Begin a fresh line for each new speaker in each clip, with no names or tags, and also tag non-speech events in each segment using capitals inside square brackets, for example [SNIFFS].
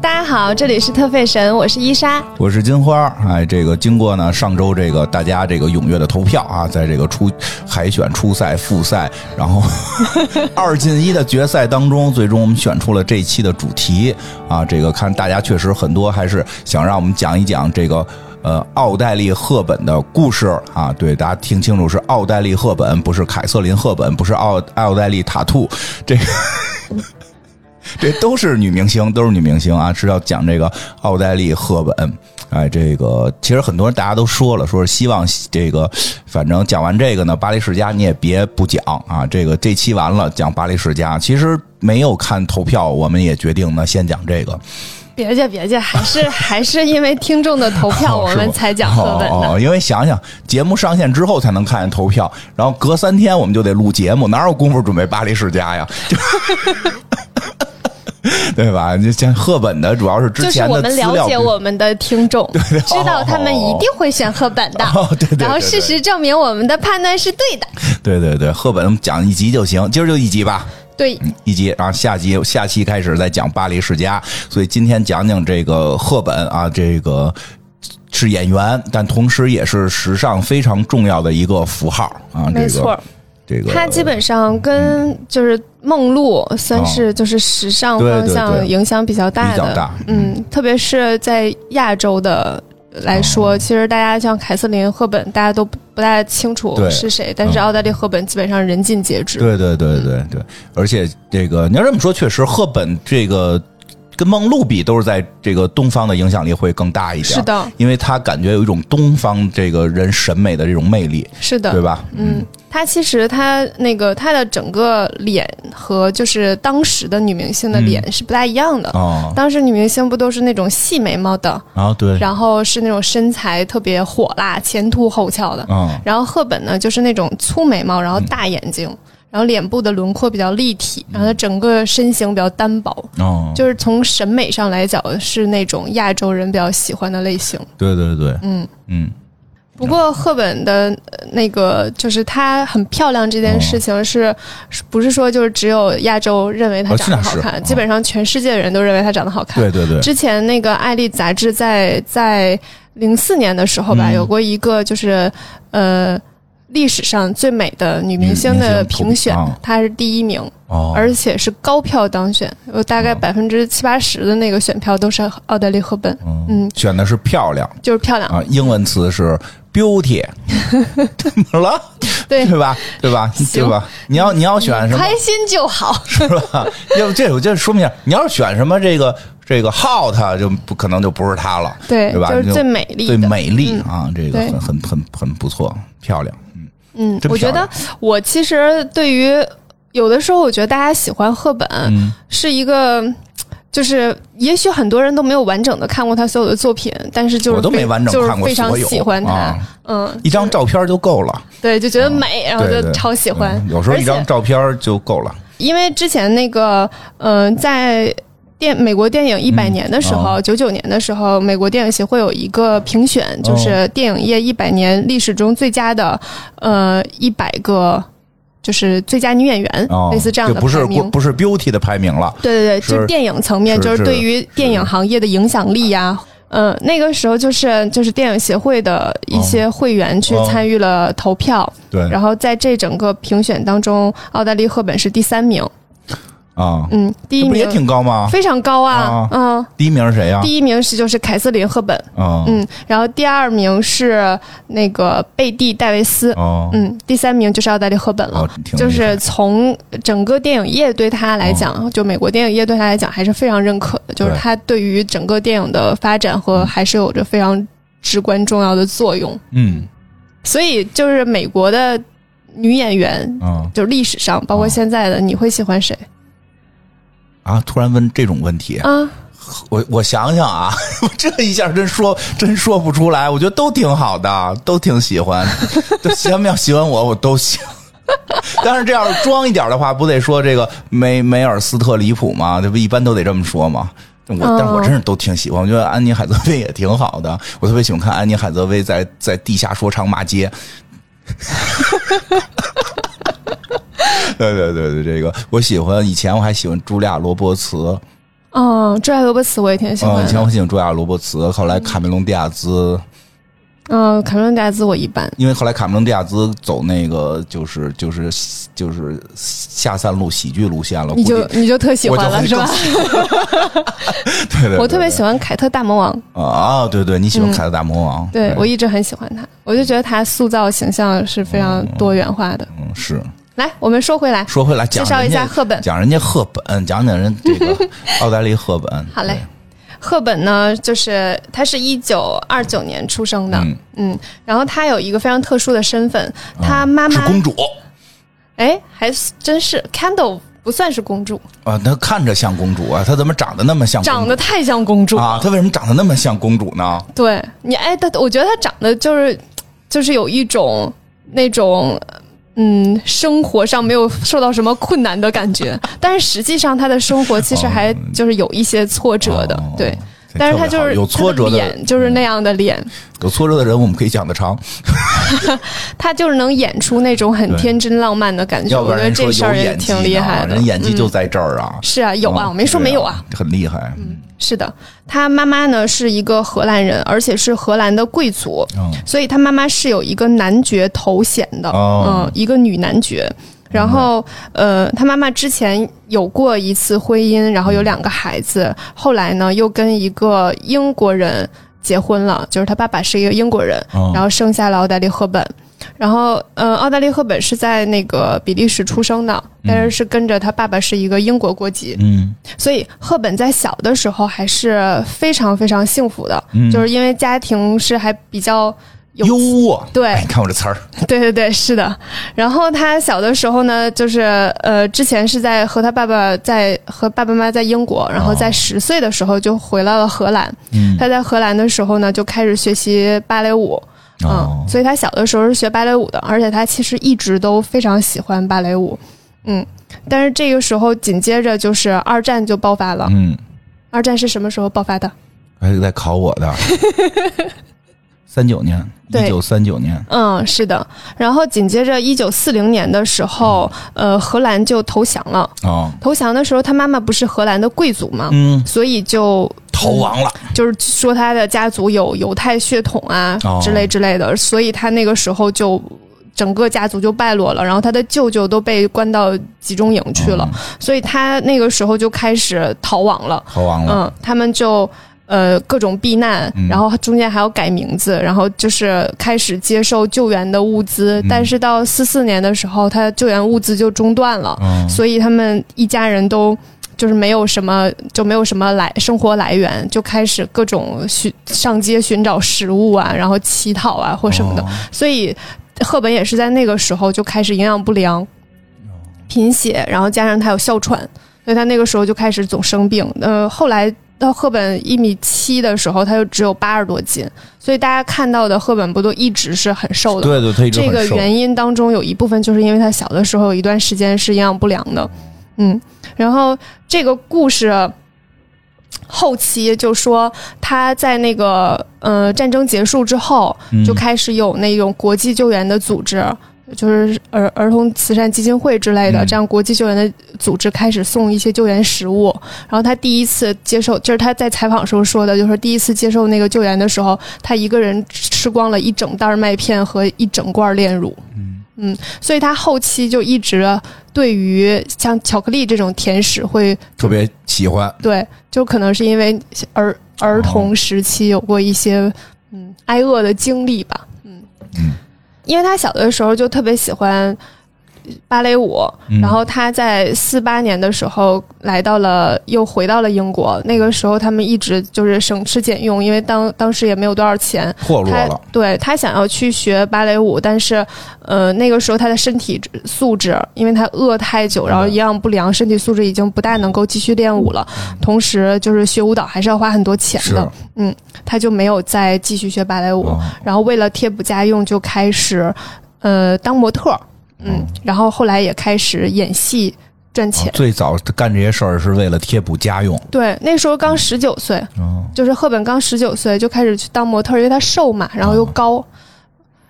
大家好，这里是特费神，我是伊莎。
我是金花，哎，这个经过呢上周这个大家这个踊跃的投票啊，在这个初海选、初赛、复赛，然后二进一的决赛当中，最终我们选出了这一期的主题啊。这个看大家确实很多还是想让我们讲一讲这个。呃，奥黛丽·赫本的故事啊，对大家听清楚，是奥黛丽·赫本，不是凯瑟琳·赫本，不是奥奥黛丽·塔兔，这个这都是女明星，都是女明星啊，是要讲这个奥黛丽·赫本。哎，这个其实很多人大家都说了，说是希望这个，反正讲完这个呢，巴黎世家你也别不讲啊。这个这期完了讲巴黎世家，其实没有看投票，我们也决定呢先讲这个。
别介别介，还 [LAUGHS] 是还是因为听众的投票，
哦
我
是
们
吗
才讲赫本
哦
的。
哦，因为想想节目上线之后才能看见投票，然后隔三天我们就得录节目，哪有功夫准备巴黎世家呀？就对吧？就像赫本的，主要是之
就是
前
我
的
们
资
了
料比
解我们的听众，知道他们一定会选赫本的。
哦对对对对
然后事实证明我们的判断是对的。
对对对，赫本讲一集就行，今儿就一集吧。
对，
一集，然后下集下期开始再讲巴黎世家，所以今天讲讲这个赫本啊，这个是演员，但同时也是时尚非常重要的一个符号啊，
没
这
错
个。这个
他基本上跟就是梦露算是就是时尚
对对
方向
哦对
影响比较大
比
的，
较大
嗯，特别是在亚洲的来说，
嗯
其实大家像凯瑟琳·赫本，大家都不不大清楚
对
是谁，但是
嗯
奥黛丽·赫本基本上人尽皆知。
对对对对对，而且这个你要这么说，确实赫本这个跟梦露比，都是在这个东方的影响力会更大一点。
是，的，
因为她感觉有一种东方这个人审美的这种魅力，
是的，
对吧？
嗯，她其实她那个她的整个脸和就是当时的女明星的脸是不大一样的。
嗯哦，
当时女明星不都是那种细眉毛的，
然后对，
然后是那种身材特别火辣、前凸后翘的。
嗯，
然后赫本呢，就是那种粗眉毛，然后大眼睛，然后脸部的轮廓比较立体，
嗯
然后她整个身形比较单薄，
哦，
就是从审美上来讲是那种亚洲人比较喜欢的类型。
对对对，
嗯
嗯。
不过赫本的呃那个就是她很漂亮这件事情是，是不是说就是只有亚洲认为她
哦
长得好
是那
看？
是
基本上全世界的人都认为她长得好看。
对对对，
之前那个《艾丽》杂志在在零四年的时候吧，
嗯
有过一个就是呃历史上最美的女明星的评选
女明星投票，
她是第一名，
哦，
而且是高票当选，有大概
哦
百分之七八十的那个选票都是奥黛丽·赫本，嗯，
选的是漂亮
就是漂亮，
哦啊，英文词是
[LAUGHS]
beauty，怎么了？ [LAUGHS]
对
对吧？对吧？
行
对吧？你要你要选什么
开心就好。
是吧？要不这我就说明一下，你要是选什么这个这个 hot 就不可能就不是她了，
对，
对吧？
就是最美丽
最
的。嗯
美丽啊，这个
对
很很很很不错，漂亮，嗯，
嗯，
真
我觉
漂亮
得我其实对于有的时候，我觉得大家喜欢赫本，
嗯
是一个，就是也许很多人都没有完整的看过他所有的作品，但是就是
我都没
非
完整
就是
看过
非常
所有
喜欢他，
啊
嗯，
一张照片就够了，
对，就觉得美，然后嗯
对
就
对
超喜欢。
嗯有时候
而
一
且
张照片就够了，
因为之前那个，嗯、在。电美国电影一百年的时候，
哦
九九、年的时候，美国电影协会有一个评选，就是电影业一百年历史中最佳的，呃，一百个就是最佳女演员，
哦，
类似这样的
不是
排名
不不是 beauty 的排名了，
对对对，就是
是
电影层面，
是
就是
是
对于电影行业的影响力呀、嗯，那个时候就是就是电影协会的一些会员去
哦
参与了投票，
对
然后在这整个评选当中，奥黛丽·赫本是第三名，
啊，
嗯，第
这
一
不也
名
挺高吗？
非常高啊
啊，
嗯，
第一名是谁呀？
第一名是就是凯瑟琳·赫本，
啊，
嗯，然后第二名是那个贝蒂·戴维斯，
哦，
嗯，第三名就是奥黛丽·赫本了。
哦，挺
就
厉害
是从整个电影业对他来讲，就美国电影业对他来讲还是非常认可的，就是
哦对
他对于整个电影的发展和还是有着非常至关重要的作用。
嗯
所以就是美国的女演员，
啊
就是历史上包括
哦
现在的，你会喜欢谁
啊！突然问这种问题，
啊？
我我想想啊， [LAUGHS] 我这一下真说真说不出来。我觉得都挺好的，都挺喜欢， [LAUGHS] 都喜欢不喜欢我我都行。 [LAUGHS] 但是这要是装一点的话，不得说这个梅梅尔斯特里普吗？这不一般都得这么说吗？我
嗯
但是我真是都挺喜欢，我觉得安妮海瑟薇也挺好的，我特别喜欢看安妮海瑟薇在在地下说唱骂街。 [LAUGHS] 对对对对，这个我喜欢。以前我还喜欢茱莉亚·罗伯茨，
嗯，朱亚罗伯茨我也挺喜
嗯，
欢
以
的
前。我喜欢朱亚罗伯茨，后来卡梅隆迪亚兹，
嗯，卡梅伦·迪亚兹我一般。
因为后来卡梅隆迪亚兹走那个就是就是就是下三路喜剧路线了，
你
估
就
计
你就特喜欢了是吧？？
[LAUGHS] 对对对，
我特别喜欢凯特大魔王，
欢啊，对对，你喜欢
嗯
凯特大魔王？
对我一直很喜欢他，我就觉得他塑造形象是非常多元化的。
嗯是。
来，我们说回来，
说回来，讲
介绍一
人家
下赫本
讲人家赫本，讲讲人这
[LAUGHS]
个奥黛丽赫本。
好嘞赫本呢，就是她是一九二九年出生的，
对，嗯，啊
嗯然后她有一个非常特殊的身份，她妈
是
妈
公主
哎，还真是 Candle 不算是公主，
啊，她看着像公主啊，她怎么长得那么像公主
长得太像公主了。
啊？她为什么长得那么像公主呢？
对你，哎，她我觉得她长得就是就是有一种那种。嗯，生活上没有受到什么困难的感觉，但是实际上她的生活其实还就是有一些挫折的，
哦
对。
这
但是她
特别
就
好
是
有挫折
她的
的嗯
脸，就是那样的脸，
有挫折的人，我们可以讲得长，
她就是能演出那种很
对
天真浪漫的感觉。
要不
我觉得
然人
这
说
事儿
有
也
演技
挺厉
呢
害的。嗯
人演技就在这儿啊。
是啊，有啊，我没说没有啊，
对，很厉害。
是的，他妈妈呢是一个荷兰人，而且是荷兰的贵族，
嗯，
所以他妈妈是有一个男爵头衔的，
哦
嗯，一个女男爵。然后，呃，他妈妈之前有过一次婚姻，然后有两个孩子，后来呢又跟一个英国人结婚了，就是他爸爸是一个英国人，
嗯
然后生下了奥黛丽·赫本。然后，呃，奥黛丽·赫本是在那个比利时出生的，但是是跟着他爸爸是一个英国国籍，
嗯
所以赫本在小的时候还是非常非常幸福的，
嗯，
就是因为家庭是还比较有
优渥。
对
哎你看我这
[LAUGHS]
词儿，
对对对，是的。然后他小的时候呢，就是呃，之前是在和他爸爸在和爸爸妈妈在英国，然后在十岁的时候就回到了荷兰。
哦嗯，
他在荷兰的时候呢，就开始学习芭蕾舞。
哦
嗯，所以他小的时候是学芭蕾舞的，而且他其实一直都非常喜欢芭蕾舞。嗯，但是这个时候紧接着就是二战就爆发了。
嗯，
二战是什么时候爆发的？
还是在考
[LAUGHS]
我的。三九年，
对
一九三九年，
嗯，是的。然后紧接着，一九四零年的时候，
嗯
呃，荷兰就投降了。
哦，
投降的时候，他妈妈不是荷兰的贵族嘛，
嗯，
所以就嗯
逃亡了，
就是说他的家族有犹太血统啊、
哦
之类之类的，所以他那个时候就。整个家族就败落了，然后他的舅舅都被关到集中营去
哦
了，
嗯
所以他那个时候就开始逃亡了。
逃亡了，
嗯，他们就呃各种避难
哦嗯，
然后中间还要改名字，然后就是开始接受救援的物资，
嗯
但是到四四年的时候，他救援物资就中断了，
嗯，
所以他们一家人都。就是没有什么，就没有什么来生活来源，就开始各种寻上街寻找食物啊，然后乞讨啊或什么的。
哦
所以赫本也是在那个时候就开始营养不良、贫血，然后加上他有哮喘，所以他那个时候就开始总生病。呃，后来到赫本一米七的时候，他就只有八十多斤，所以大家看到的赫本不都一直是很瘦的？
对对，他一直
这
很
个
瘦
原因当中有一部分就是因为他小的时候有一段时间是营养不良的，嗯，然后这个故事。后期就说他在那个呃战争结束之后，
嗯
就开始有那种国际救援的组织，就是儿儿童慈善基金会之类的，
嗯
这样国际救援的组织开始送一些救援食物。然后他第一次接受，就是他在采访时候说的，就是第一次接受那个救援的时候，他一个人吃光了一整袋麦片和一整罐炼乳。
嗯
所以他后期就一直对于像巧克力这种甜食会
特别喜欢，
对，就可能是因为儿儿童时期有过一些嗯挨饿的经历吧，嗯
嗯
因为他小的时候就特别喜欢芭蕾舞，
嗯
然后他在四八年的时候来到了，又回到了英国。那个时候他们一直就是省吃俭用，因为当当时也没有多少钱，
破落
他
了，
对他想要去学芭蕾舞，但是，呃，那个时候他的身体素质，因为他饿太久，然后
嗯
营养不良，身体素质已经不大能够继续练舞了。同时，就是学舞蹈还是要花很多钱
嗯是
的，他就没有再继续学芭蕾舞。
哦
然后为了贴补家用，就开始，呃，当模特儿，嗯，然后后来也开始演戏赚钱。
最早干这些事儿是为了贴补家用，
对，那时候刚十九岁，
哦啊
就是赫本刚十九岁就开始去当模特儿，因为她瘦嘛，然后又高。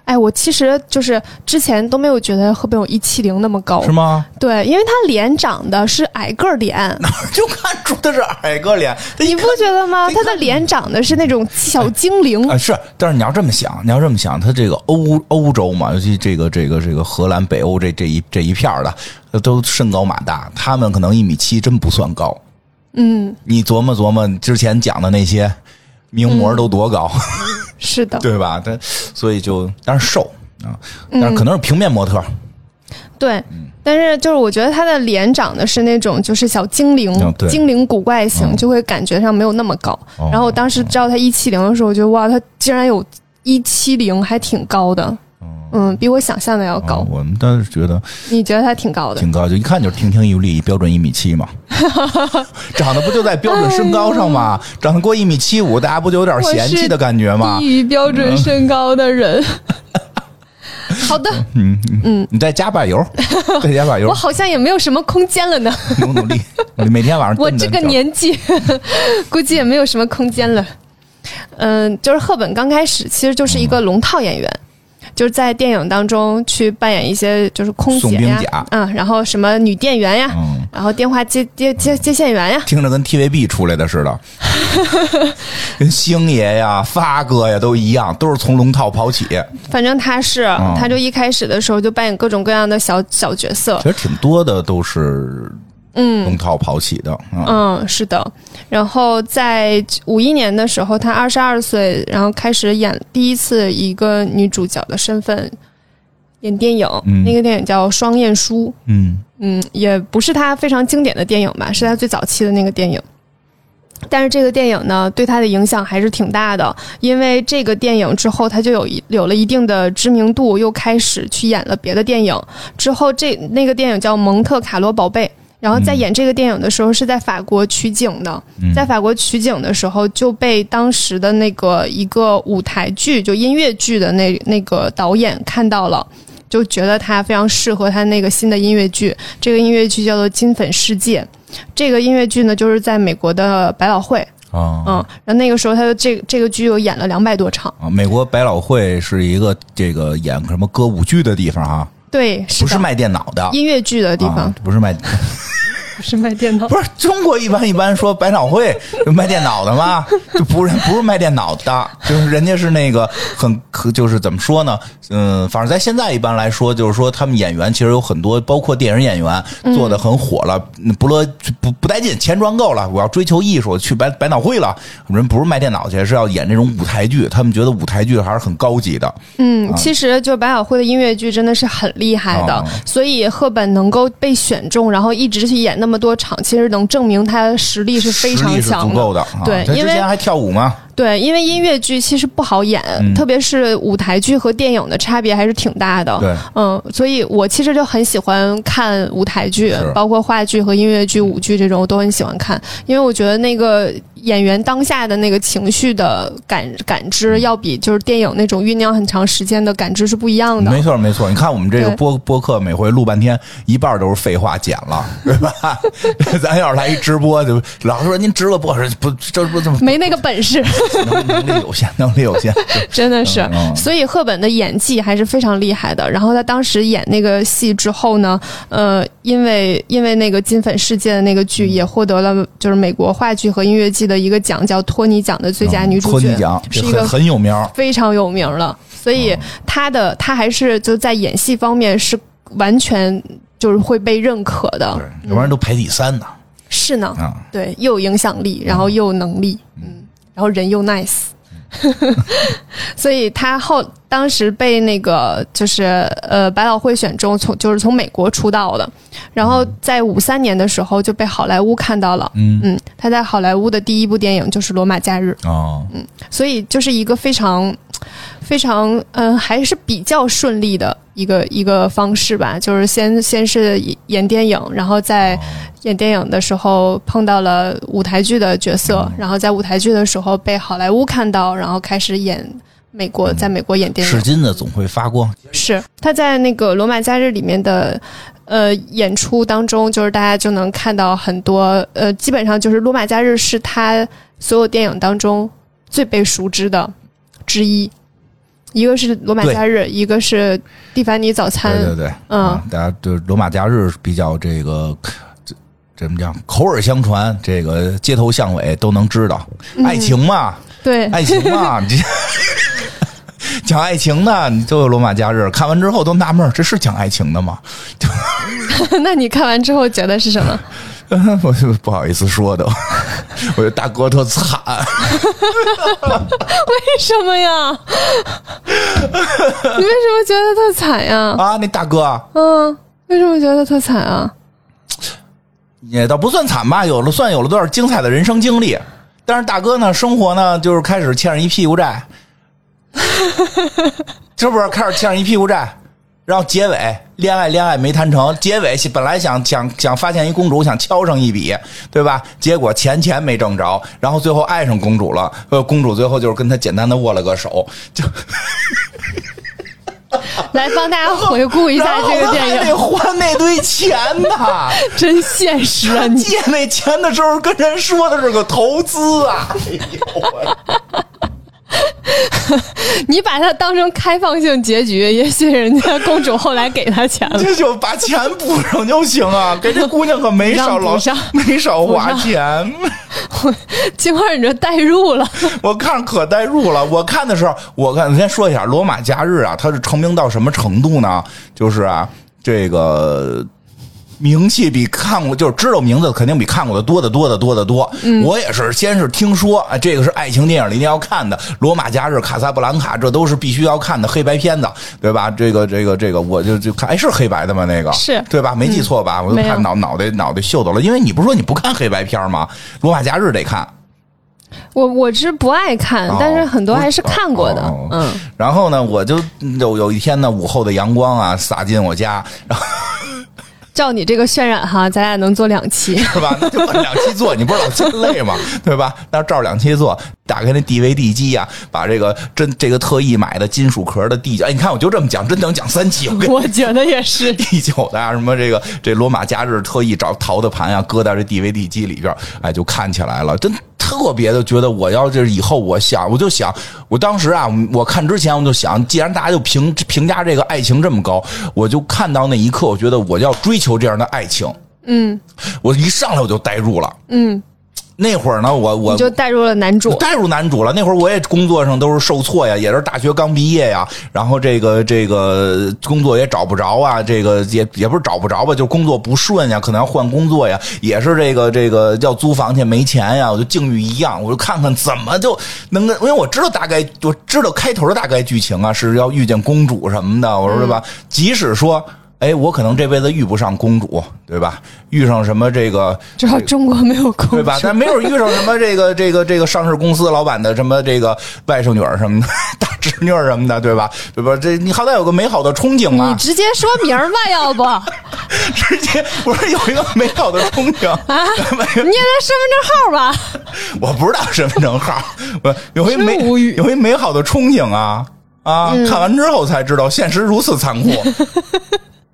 哎，我其实就是之前都没有觉得赫本有一七零那么高
是，吗？
对，因为他脸长得是矮个儿脸，
[LAUGHS] 就看出他是矮个脸，他一
你不觉得吗？
这
他的脸长得是那种小精灵，
啊，是，但是你要这么想，你要这么想，它这个欧欧洲嘛，尤其这个这个这个荷兰、北欧这这一这一片儿的，都身高马大，他们可能一米七真不算高。
嗯，
你琢磨琢磨之前讲的那些名
嗯
模都多高， [LAUGHS]
是的，
对吧？他所以就但是瘦啊，但
嗯
是可能是平面模特，
对，
嗯
但是就是我觉得他的脸长得是那种就是小精灵
嗯，对
精灵古怪型，
嗯
就会感觉上没有那么高。
哦
然后我当时知道他一七零的时候，我觉得哇，他竟然有一七零，还挺高的，
哦
嗯，比我想象的要高
啊。我们当时觉得
你觉得他挺高的？
挺高，就一看就是亭亭玉立，标准一米
[LAUGHS]
七嘛，长得不就在标准身高
[LAUGHS]
上吗？长得过一米七五，大家不就有点
我
嫌
是
弃的感觉吗？
低于标准身高的人。 [LAUGHS] 好的，
嗯嗯，你再加
[LAUGHS]
把油，再加把
我
油，
好像也没有什么空间
[LAUGHS]
了呢。
努努力，努力每天
[LAUGHS]
晚上
我
蹬
这
蹬
个
脚
年纪， [LAUGHS] 估计也没有什么空间了。嗯，就是赫本刚开始其实就是一个龙套演员，就是在电影当中去扮演一些就是空姐
送兵
呀
甲，
嗯，然后什么女店员呀，
嗯
然后电话接接接接线员呀，
听着跟 TVB 出来的
[LAUGHS]
似的，跟星爷呀、发哥呀都一样，都是从龙套跑起，其
反正他是，
嗯
他就一开始的时候就扮演各种各样的小小角色，
实挺多的都是嗯龙套跑起的，嗯
嗯，是的。然后在五一年的时候，她二十二岁，然后开始演第一次一个女主角的身份演电影，
嗯
那个电影叫《双燕书》。
嗯
嗯，也不是他非常经典的电影吧，是他最早期的那个电影。但是这个电影呢，对他的影响还是挺大的，因为这个电影之后，他就有一有了一定的知名度，又开始去演了别的电影。之后这那个电影叫《蒙特卡罗宝贝》，然后在演这个电影的时候是在法国取景的，在法国取景的时候就被当时的那个一个舞台剧就音乐剧的那那个导演看到了，就觉得他非常适合他那个新的音乐剧，这个音乐剧叫做《金粉世界》。这个音乐剧呢，就是在美国的百老汇，
啊
嗯，然后那个时候他就这这个剧又演了两百多场，
啊，美国百老汇是一个这个演什么歌舞剧的地方啊，
对，是
不
的，
是卖电脑的。
音乐剧的地方
啊，，不是卖，
不 [LAUGHS] 是卖电脑
不是中国一般一般说百
[LAUGHS]
脑汇就卖电脑的吗？就不是不是卖电脑的，就是人家是那个很可就是怎么说呢？嗯，反正在现在一般来说，就是说他们演员其实有很多，包括电影演员
嗯
做的很火了，不乐不不带劲，钱赚够了，我要追求艺术，去百百脑汇了。人不是卖电脑去，是要演这种舞台剧，他们觉得舞台剧还是很高级的。
嗯，其实就百老汇的音乐剧真的是很厉害的，
啊
所以赫本能够被选中，然后一直去演那么多场，其实能证明她的实力是非
实
常
力是
强的。
足够的，啊
对
他之
因为
前还跳舞吗？
对，因为音乐剧其实不好演，
嗯
特别是舞台剧和电影的差别还是挺大的。
对，
嗯，所以我其实就很喜欢看舞台剧
是，
包括话剧和音乐剧、舞剧这种，我都很喜欢看，因为我觉得那个演员当下的那个情绪的感感
嗯
知，要比就是电影那种酝酿很长时间的感知是不一样的。
没错，没错。你看我们这个
对
播播客，每回录半天，一半都是废话剪了，对吧？咱要是来一直播，就老说您直了播不这不这么
没那个本事，
能能力有限，能力有限。对
真的是
嗯嗯。
所以赫本的演技还是非常厉害的。然后他当时演那个戏之后呢，呃，因为因为那个《金粉世界》的那个剧
嗯
也获得了就是美国话剧和音乐剧的一个奖，叫托尼奖的最佳女主
嗯托
角
尼，奖
是
这
一个
很很嗯有名儿，
非常有名了。所以她的她还是就在演戏方面是完全就是会被认可的
对，，要不然都排第三呢
是呢，
啊。
对，又有影响力，然后又有能力，嗯，然后人又 nice，所以他后当时被那个就是呃百老汇选中，从就是从美国出道的，然后在五三年的时候就被好莱坞看到了，
嗯
嗯，他在好莱坞的第一部电影就是《罗马假日
哦，》，
所以就是一个非常非常嗯、呃还是比较顺利的一个一个方式吧，就是先先是演电影，然后再。演电影的时候碰到了舞台剧的角色，然后在舞台剧的时候被好莱坞看到，然后开始演美国，在美国演电
是
影。
金子总会发光。
嗯是他在那个《罗马假日》里面的呃演出当中，就是大家就能看到很多呃，基本上就是《罗马假日》是他所有电影当中最被熟知的之一。一个是罗马假日，一个是蒂凡尼早餐。
对对对，
嗯
啊，大家对罗马假日比较这个。这怎么讲？口耳相传，这个街头巷尾都能知道。爱情嘛，
对哎
爱情嘛，你这 [LAUGHS] 讲爱情的，你都有罗马假日。看完之后都纳闷儿，这是讲爱情的吗？
[LAUGHS]
[LAUGHS]
那你看完之后觉得是什么？
我就不好意思说的， [LAUGHS] 我觉得大哥特惨。 [LAUGHS]
为什么呀？ [LAUGHS] 你为什么觉得特惨呀？
啊，那大哥
嗯，为什么觉得特惨啊？
也倒不算惨吧，有了算有了段精彩的人生经历。但是大哥呢，生活呢就是开始欠上一屁股债，是不是开始欠上一屁股债？然后结尾恋爱恋爱没谈成，结尾本来想想想发现一公主，想敲上一笔，对吧？结果钱钱没挣着，然后最后爱上公主了，呃，公主最后就是跟他简单的握了个手，就
来帮大家回顾一下这个电
然
影，
后还得还那堆钱呢。
[LAUGHS] 真现
[LAUGHS]
实啊！你
借那钱的时候跟人说的是个投资啊！哎呦我
你把它当成开放性结局，也许人家公主后来给他钱了。 [LAUGHS]
这就把钱补上就行啊，给这姑娘可没少老
补上
没少花钱。
金花，你这代入了，
[LAUGHS] 我看可代入了。我看的时候，我看先说一下《罗马假日》啊，它是成名到什么程度呢？就是啊，这个名气比看过，就是知道名字肯定比看过的多得多得多得多。我也是先是听说啊，这个是爱情电影里一定要看的，《罗马假日》《卡萨布兰卡》，这都是必须要看的黑白片子，对吧？这个这个这个，我就就看，哎，是黑白的吗？那个
是
对吧？没记错吧？我就
没有
看脑脑袋脑袋秀逗了，因为你不是说你不看黑白片吗？《罗马假日》得看。
我我是不爱看
哦，
但是很多还是看过的
哦。
嗯，
然后呢，我就有有一天呢，午后的阳光啊洒进我家，然后
照你这个渲染哈，咱俩能做两期。
是吧？ [LAUGHS] 那就按两期做，你不是老嫌累吗？ [LAUGHS] 对吧？那照着两期做，打开那 DVD 机呀、把这个真这个特意买的金属壳的地，哎，你看我就这么讲，真能讲三期，我跟
[LAUGHS]
你
我觉得也是，
第九的啊，什么这个这罗马假日特意找淘的盘啊，搁在这 DVD 机里边儿，哎，就看起来了，真特别的觉得我要这以后我想，我就想，我当时啊，我看之前我就想，既然大家就评评价这个爱情这么高，我就看到那一刻，我觉得我要追求这样的爱情，
嗯
我一上来我就代入了。
嗯，
那会儿呢，我我
你就带入了男主。
带入男主了。那会儿我也工作上都是受挫呀，也是大学刚毕业呀，然后这个这个工作也找不着啊，这个也也不是找不着吧，就是工作不顺呀，可能要换工作呀，也是这个这个要租房去没钱呀，我就境遇一样，我就看看怎么就能跟，因为我知道大概我知道开头的大概剧情啊是要遇见公主什么的，我说对吧？即使说。哎，我可能这辈子遇不上公主，对吧？遇上什么这个
主要中国没有公
对
主
吧？，但没有遇上什么这个 [LAUGHS] 这个这个上市公司老板的什么这个外甥女儿什么的， [LAUGHS] 大侄女儿什么的，对吧？对吧？这你好歹有个美好的憧憬
你
啊！
直接说名儿吧，要 [LAUGHS] 不啊
直 [LAUGHS] 接我说有一个美好的憧憬，
你念他身份证号吧。
[LAUGHS] 我不知道身份证号， [LAUGHS] 我有一美
真无语嗯
有一美好的憧憬啊啊！看完之后才知道现实如此
[LAUGHS]
残酷。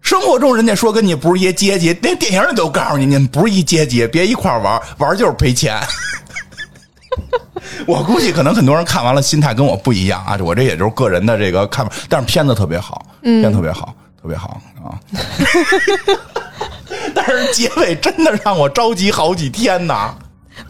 生活中人家说跟你不是一阶级，那电影里都告诉你，你们不是一阶级，别一块儿玩，玩就是赔钱。 [LAUGHS] 我估计可能很多人看完了心态跟我不一样啊，我这也就是个人的这个看法，但是片子特别好，
嗯
片子特别好，特别好
[LAUGHS]
啊。但是结尾真的让我着急好几天呐。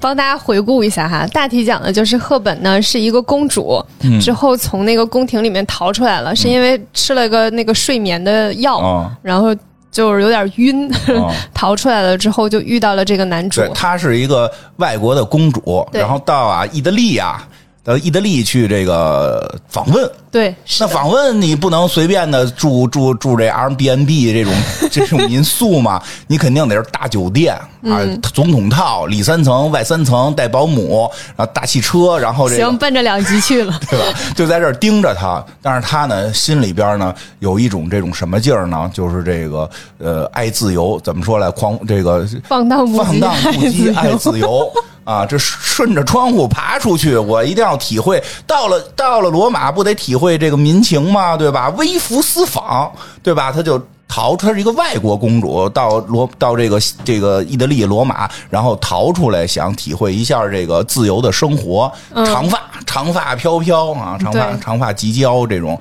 帮大家回顾一下哈，大体讲的就是赫本呢是一个公主，
嗯
之后从那个宫廷里面逃出来了，是因为吃了个那个睡眠的药，
哦
然后就是有点晕，
哦
[LAUGHS] 逃出来了之后就遇到了这个男主
对，，她是一个外国的公主，
对
然后到啊意大利啊，到意大利去这个访问。
对，是
那
的
访问你不能随便的住住住这 Airbnb 这种 [LAUGHS] 这种民宿嘛，你肯定得是大酒店
嗯
啊，总统套里三层外三层，带保姆，然后大汽车，然后这个
行，奔着两集去
[LAUGHS]
了，
对吧？就在这儿盯着他，但是他呢，心里边呢有一种这种什么劲儿呢？就是这个呃，爱自由，怎么说来？狂这个
放荡不
放
羁，
荡不
[LAUGHS] 爱自
羁，
由
爱自由啊！这顺着窗户爬出去，我一定要体会。到了到了罗马，不得体会这个民情吗？对吧？微服私访，对吧？他就逃出，她是一个外国公主，到罗到这个这个意大利罗马，然后逃出来，想体会一下这个自由的生活。长发，长发飘飘啊，长发
嗯对
长发及腰这种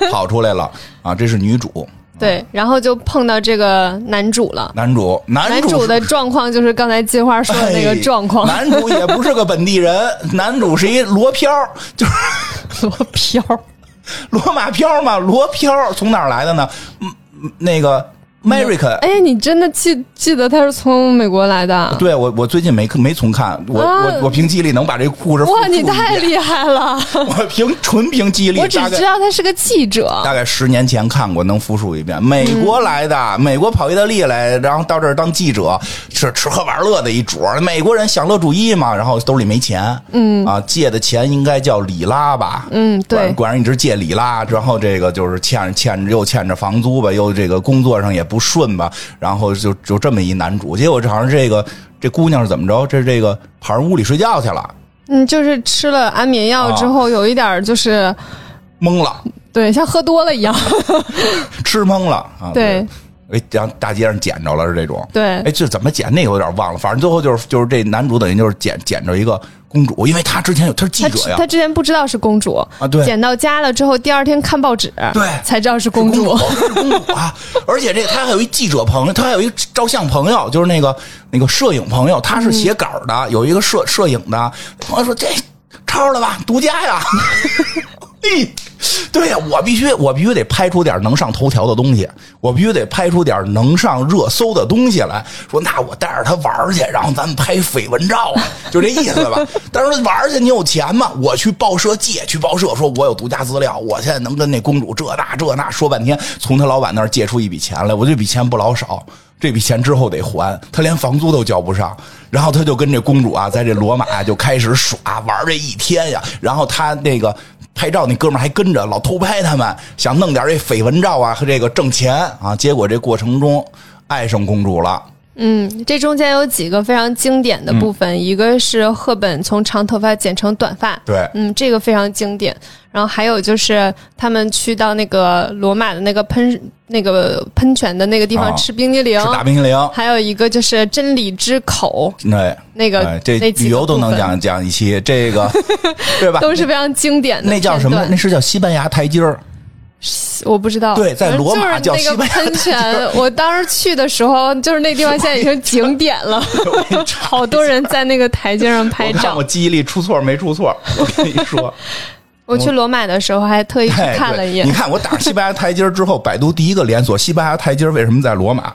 跑跑出来了啊，这是女主，
对，然后就碰到这个男主了。
男主男
男
主
主
是
的状况就是刚才金花说的那个状况， [LAUGHS]
哎男主也不是个本地人，男主是一罗漂，就是
罗飘，
罗马漂嘛，罗漂从哪儿来的呢？嗯，嗯那个 American。
[LAUGHS] 哎，你真的记记得他是从美国来的？
对我，我最近没没重看，我、
啊
我我凭记忆力能把这故事复
哇，
述
你
一
太
遍
厉害
[LAUGHS]
了！
我凭纯凭记忆力，
我只
大概
知道他是个记者，
大概十年前看过，能复述一遍。美国来的，
嗯
美国跑意大利来，然后到这儿当记者，是吃喝玩乐的一主儿。美国人享乐主义嘛，然后兜里没钱，嗯啊，借的钱应该叫里拉吧，
嗯对
管管人一直借里拉，然后这个就是欠欠又欠着房租吧，又这个工作上也不顺吧，然后就就这么一男主，结果这好像是这个这姑娘是怎么着？这这个跑人屋里睡觉去了，
嗯，就是吃了安眠药之后，有一点儿就是
啊懵了，
对，像喝多了一样。
[LAUGHS] 吃懵了啊，
对，
哎，让大街上捡着了是这种，
对
哎，这怎么捡那个有点忘了，反正最后就是就是这男主等于就是捡捡着一个公主，因为他之前有他是记
他
者
之
呀
他，之前不知道是公主
啊对
捡到家了之后，第二天看报纸，
对
才知道是
是
公主。
是公主啊！而且这他还有一记者朋友，他还有一照相朋友，就是那个那个摄影朋友，他
嗯
是写稿的，有一个摄摄影的朋友说这抄了吧，独家呀！哎， [LAUGHS] 对呀，我必须我必须得拍出点能上头条的东西，我必须得拍出点能上热搜的东西来。说那我带着他玩儿去，然后咱们拍绯闻照啊，就这意思吧。但是玩儿去你有钱吗？我去报社借，去报社说我有独家资料，我现在能跟那公主这那这那说半天，从他老板那儿借出一笔钱来，我这笔钱不老少。这笔钱之后得还，他连房租都交不上，然后他就跟这公主啊，在这罗马就开始耍玩儿这一天呀。然后他那个拍照那哥们儿还跟着老偷拍他们，想弄点这绯闻照啊和这个挣钱啊。结果这过程中爱上公主了，
嗯，这中间有几个非常经典的
嗯
部分，一个是赫本从长头发剪成短发，
对
嗯，这个非常经典。然后还有就是他们去到那个罗马的那个喷那个喷泉的那个地
啊
方吃冰激凌，
是打冰淇淋。
还有一个就是真理之口，
那
那个
哎这
那几个
旅游都能
部分
讲讲一期，
[LAUGHS]
这个对吧？
都是非常经典的。
那叫什么？
片
那
段？
是叫西班牙台阶儿。
我不知道。
对在罗马叫
就是那
西
个
班牙
喷泉。我当时去的时候，就是那地方现在已经景点
[LAUGHS]
了，好多人在那个台阶上拍
我看
照
我。记忆力出错没出错？我跟你说，
我去罗马的时候还特意去
哎，
看了
对
一眼
你。看我打上西班牙台阶儿之后，百度第一个连锁西班牙台阶儿为什么在罗马？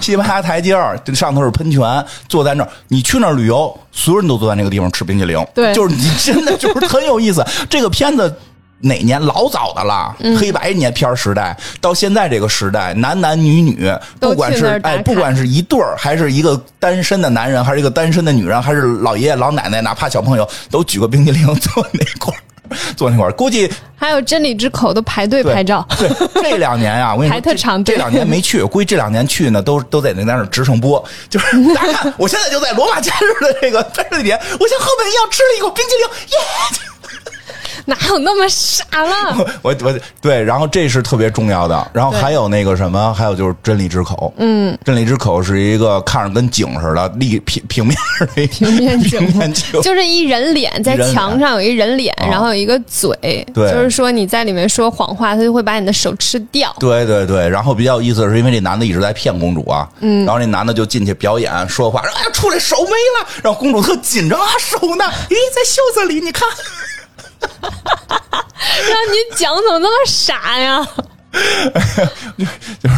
西班牙台阶儿这上头是喷泉，坐在那儿，你去那儿旅游，所有人都坐在那个地方吃冰淇淋。
对
就是你真的就是很有意思。这个片子。哪年老早的了，
嗯
黑白年片儿时代到现在这个时代，男男女女，
都
不管
去
是
那儿打
哎，
卡
不管是一对儿，还是一个单身的男人，还是一个单身的女人，还是老爷爷老奶奶，哪怕小朋友，都举个冰激凌 [LAUGHS] 坐那块儿，坐那块儿，估计
还有真理之口都排队拍照。
对，这两年啊，我跟你说，
排特
这
长
这
队
两年没去，估计这两年去呢，都都在那那儿直升播。就是大家看，我现在就在罗马假日的这个拍摄地点，我像赫本一样吃了一口冰激凌，耶！
[LAUGHS] 哪有那么傻
[LAUGHS]
了？
我我对，然后这是特别重要的，然后
对
还有那个什么，还有就是真理之口，嗯，真理之口是一个看着跟井似的立平平面儿的一
平
[LAUGHS]
面景
平面井，
就是一人脸在墙上有一人脸，然后有一个嘴，
啊对
就是说你在里面说谎话，他就会把你的手吃掉。
对对对，然后比较有意思的是，因为这男的一直在骗公主啊，嗯，然后那男的就进去表演说话，说哎呀出来手没了，然后公主特紧张啊手呢，咦在袖子里，你看，
[LAUGHS]
[LAUGHS]
让你讲怎么那么傻
[LAUGHS]
呀？
就是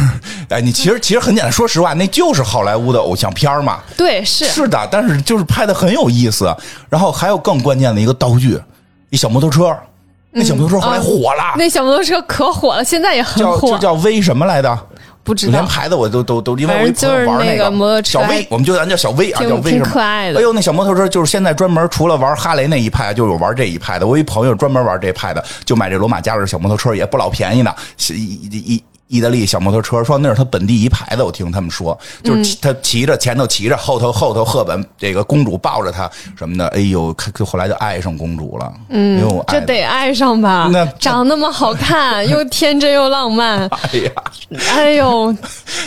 哎你其实其实很简单，说实话那就是好莱坞的偶像片儿嘛，
对，啊是
是的，但是就是拍的很有意思，然后还有更关键的一个道具，一小摩托车，那小摩托车后来火了。
嗯哦那小摩托车可火了，现在也很
啊叫
火
就。叫 V 什么来的？
不知
连
道，
牌子我都都都，因为我
反
一
正
朋
就
友
是
玩
那
个
个摩托车
小 V，
还
我们就咱叫小 V 啊，
挺
叫 V 什
挺
么？
可爱的
哎呦，那小摩托车就是现在专门除了玩哈雷那一派，就有玩这一派的。我一朋友专门玩这派的，就买这罗马假日小摩托车，也不老便宜呢，是一一一意大利小摩托车，说那是他本地一牌子。我听他们说，就是
嗯
骑他骑着前头骑着，后头后头赫本这个公主抱着他什么的，哎呦，看就后来就爱上公主了。嗯，因为我爱
这得爱上吧？
那
长那么好
[LAUGHS]
看，又天真又浪漫，
哎呀，
哎呦，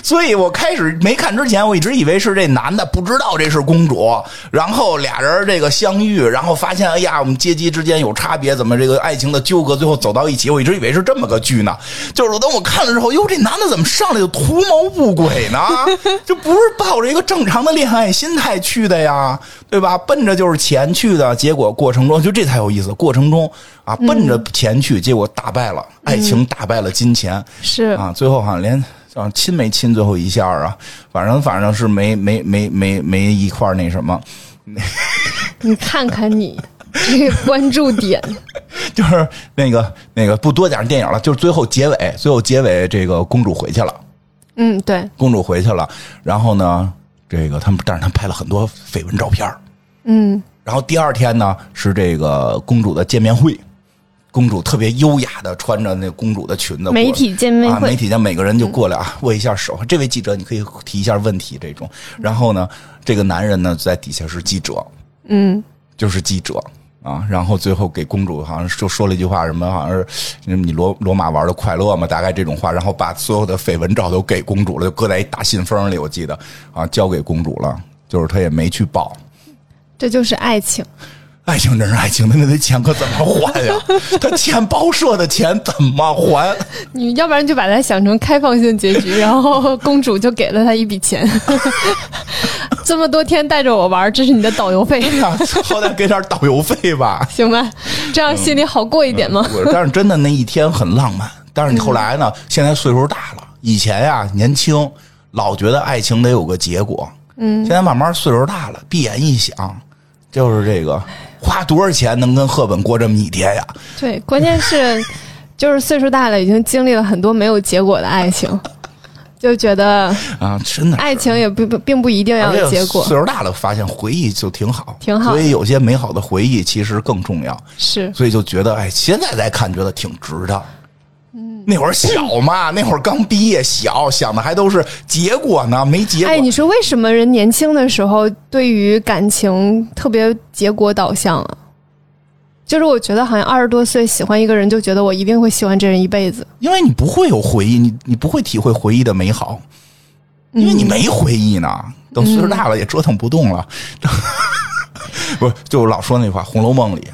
所以我开始没看之前，我一直以为是这男的不知道这是公主，然后俩人这个相遇，然后发现哎呀，我们阶级之间有差别，怎么这个爱情的纠葛最后走到一起？我一直以为是这么个剧呢。 [LAUGHS] 就是等我看了之后，哟，这男的怎么上来就图谋不轨呢？这不是抱着一个正常的恋爱心态去的呀，对吧？奔着就是钱去的，结果过程中就这才有意思。过程中啊，奔着钱去，结果打败了爱情，打败了金钱。
是
啊，最后好像连啊亲没亲最后一下啊，反正反正是没没没没没一块儿那什么，
你看看你这个关注
[LAUGHS]
点，
就是那个那个不多讲电影了，就是最后结尾，最后结尾这个公主回去了，
嗯，对，
公主回去了，然后呢，这个他们但是他们拍了很多绯闻照片儿
嗯，
然后第二天呢是这个公主的见面会。公主特别优雅的穿着那公主的裙子过来，
媒体见面
啊，
会
媒体见每个人就过来啊，握一下手。这位记者，你可以提一下问题这种。然后呢，这个男人呢在底下是记者，
嗯，
就是记者啊。然后最后给公主好像就说了一句话，什么好像是嗯你罗罗马玩的快乐嘛，大概这种话。然后把所有的绯闻照都给公主了，就搁在一大信封里，我记得啊，交给公主了。就是他也没去报，
这就是爱情。
爱情真是爱情，那那那钱可怎么还呀？他欠报社的钱怎么还？
你要不然就把它想成开放性结
[LAUGHS]
局，然后公主就给了他一笔钱，这么多天带着我玩，这是你的导游
[LAUGHS]
费，
哎呀，好歹给点导游费吧。
行吧？这样心里好过一点吗？
我但是真的那一天很浪漫，但是你后来
嗯
呢？现在岁数大了，以前呀、年轻，老觉得爱情得有个结果。嗯，现在慢慢岁数大了，闭眼一想，就是这个花多少钱能跟赫本过这么一天呀？
对，关键是就是岁数大了，已经经历了很多没有结果的爱情，就觉得
啊，真的是
爱情也不不并不一定要
而且
有结果。
岁数大了，发现回忆就挺好，
挺好
所以有些美好的回忆其实更重要。
是，
所以就觉得，哎，现在再看觉得挺值的。嗯，那会儿小嘛，那会儿刚毕业，小想的还都是结果呢，没结果。
哎，你说为什么人年轻的时候对于感情特别结果导向啊？就是我觉得好像二十多岁喜欢一个人，就觉得我一定会喜欢这人一辈子。
因为你不会有回忆，你你不会体会回忆的美好，因为你没回忆呢。等岁数大了也折腾不动了，不是就老说那话，《红楼梦》里。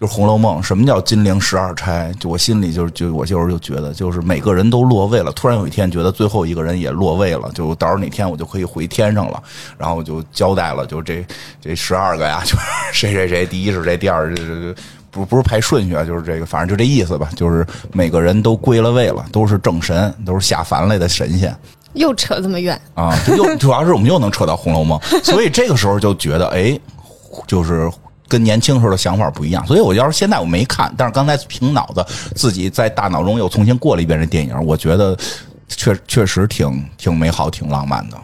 就是《红楼梦》，什么叫金陵十二钗？就我心里就是就我就是就觉得，就是每个人都落位了。突然有一天，觉得最后一个人也落位了，就到时候哪天我就可以回天上了。然后我就交代了，就这这十二个呀，就是 [LAUGHS] 谁谁谁，第一是谁，第二是这这不不是排顺序啊，就是这个，反正就这意思吧。就是每个人都归了位了，都是正神，都是下凡来的神仙。
又扯这么远，
啊，这又 [LAUGHS] 主要是我们又能扯到《红楼梦》，所以这个时候就觉得，哎，就是跟年轻时候的想法不一样。所以我要是现在我没看，但是刚才凭脑子自己在大脑中又重新过了一遍这电影，我觉得确确实挺挺美好、挺浪漫的。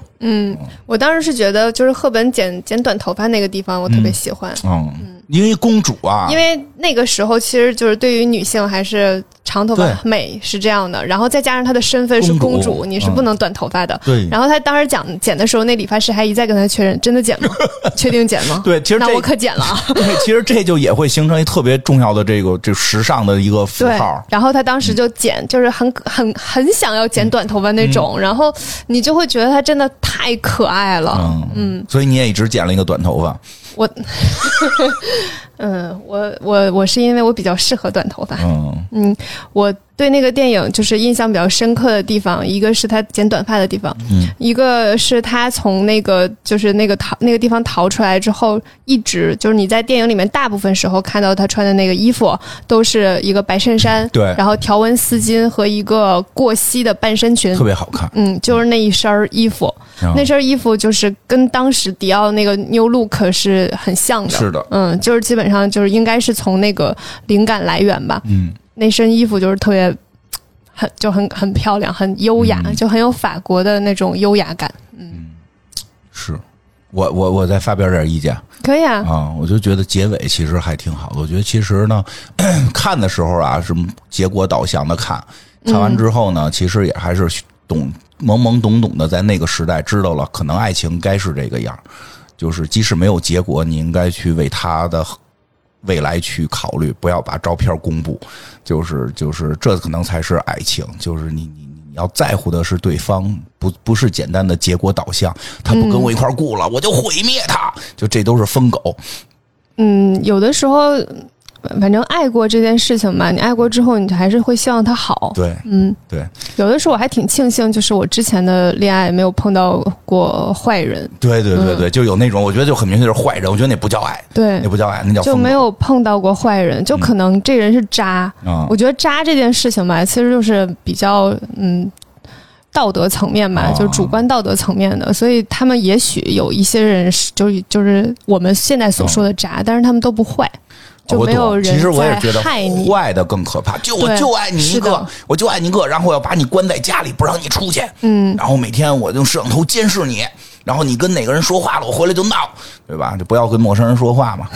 我当时是觉得就是赫本剪剪短头发那个地方，我特别喜欢，
嗯，因为公主啊
因，为那个时候其实就是对于女性还是长头发
对
美是这样的，然后再加上她的身份是
公
公
主嗯
主，你是不能短头发的。
对
然后她当时讲剪的时候，那理发师还一再跟她确认，真的
[LAUGHS]
剪吗？确定剪吗？
对其实
那
这
我可剪了啊。
[LAUGHS] 对，其实这就也会形成一特别重要的这个这时尚的一个符
对
号，。嗯
然后她当时就剪，就是很很很想要剪短头发那种，然后你就会觉得她真的太可爱了。
嗯嗯，所以你也一直剪了一个短头发。
我， [LAUGHS] 嗯，我我我是因为我比较适合短头发，
嗯
我对那个电影就是印象比较深刻的地方，一个是他剪短发的地方，
嗯
一个是他从那个就是那个逃那个地方逃出来之后，一直就是你在电影里面大部分时候看到他穿的那个衣服都是一个白衬衫，
对
然后条纹丝巾和一个过膝的半身裙
特。别好看。
嗯，就是那一身儿衣服，
嗯
那身儿衣服就是跟当时迪奥那个 New Look 是很像的，
是的
嗯，就是基本上就是应该是从那个灵感来源吧，
嗯，
那身衣服就是特别很就很很
嗯
漂亮，很优雅，就很有法国的那种优雅感。
是，我我我再发表点意见
可以啊，
啊，我就觉得结尾其实还挺好的。我觉得其实呢， [CLEARS THROAT] 看的时候啊是结果导向的看，看完之后呢，其实也还是懂懵懵懂懂的，在那个时代知道了，可能爱情该是这个样儿，就是即使没有结果，你应该去为他的未来去考虑，不要把照片公布，就是就是这可能才是爱情，就是你你你。你要在乎的是对方，不不是简单的结果导向。他不跟我一块儿过了，我就毁灭他。就这都是疯狗。
嗯，有的时候，反正爱过这件事情吧，你爱过之后，你还是会希望他好。
对
嗯，
对
有的时候我还挺庆幸，就是我之前的恋爱没有碰到过坏人，
对对对
嗯
对，就有那种我觉得就很明显就是坏哎人，我觉得那不叫爱，
对
那，不叫爱，那叫
嗯就
疯狗嗯
没有碰到过坏人，就可能这人是渣。
啊
我觉得渣这件事情吧，其实就是比较嗯道德层面吧，
哦
就是主观道德层面的，所以他们也许有一些人是就是就是我们现在所说的渣，但是他们都不坏，就
哦我
没有
懂
人
其实我也觉得
在害你
坏的更可怕，就我
对
就爱你一
是
个
的，
我就爱你一个，然后我要把你关在家里，不让你出去。
嗯，
然后每天我用摄像头监视你，然后你跟哪个人说话了，我回来就闹，对吧？就不要跟陌生人说话嘛。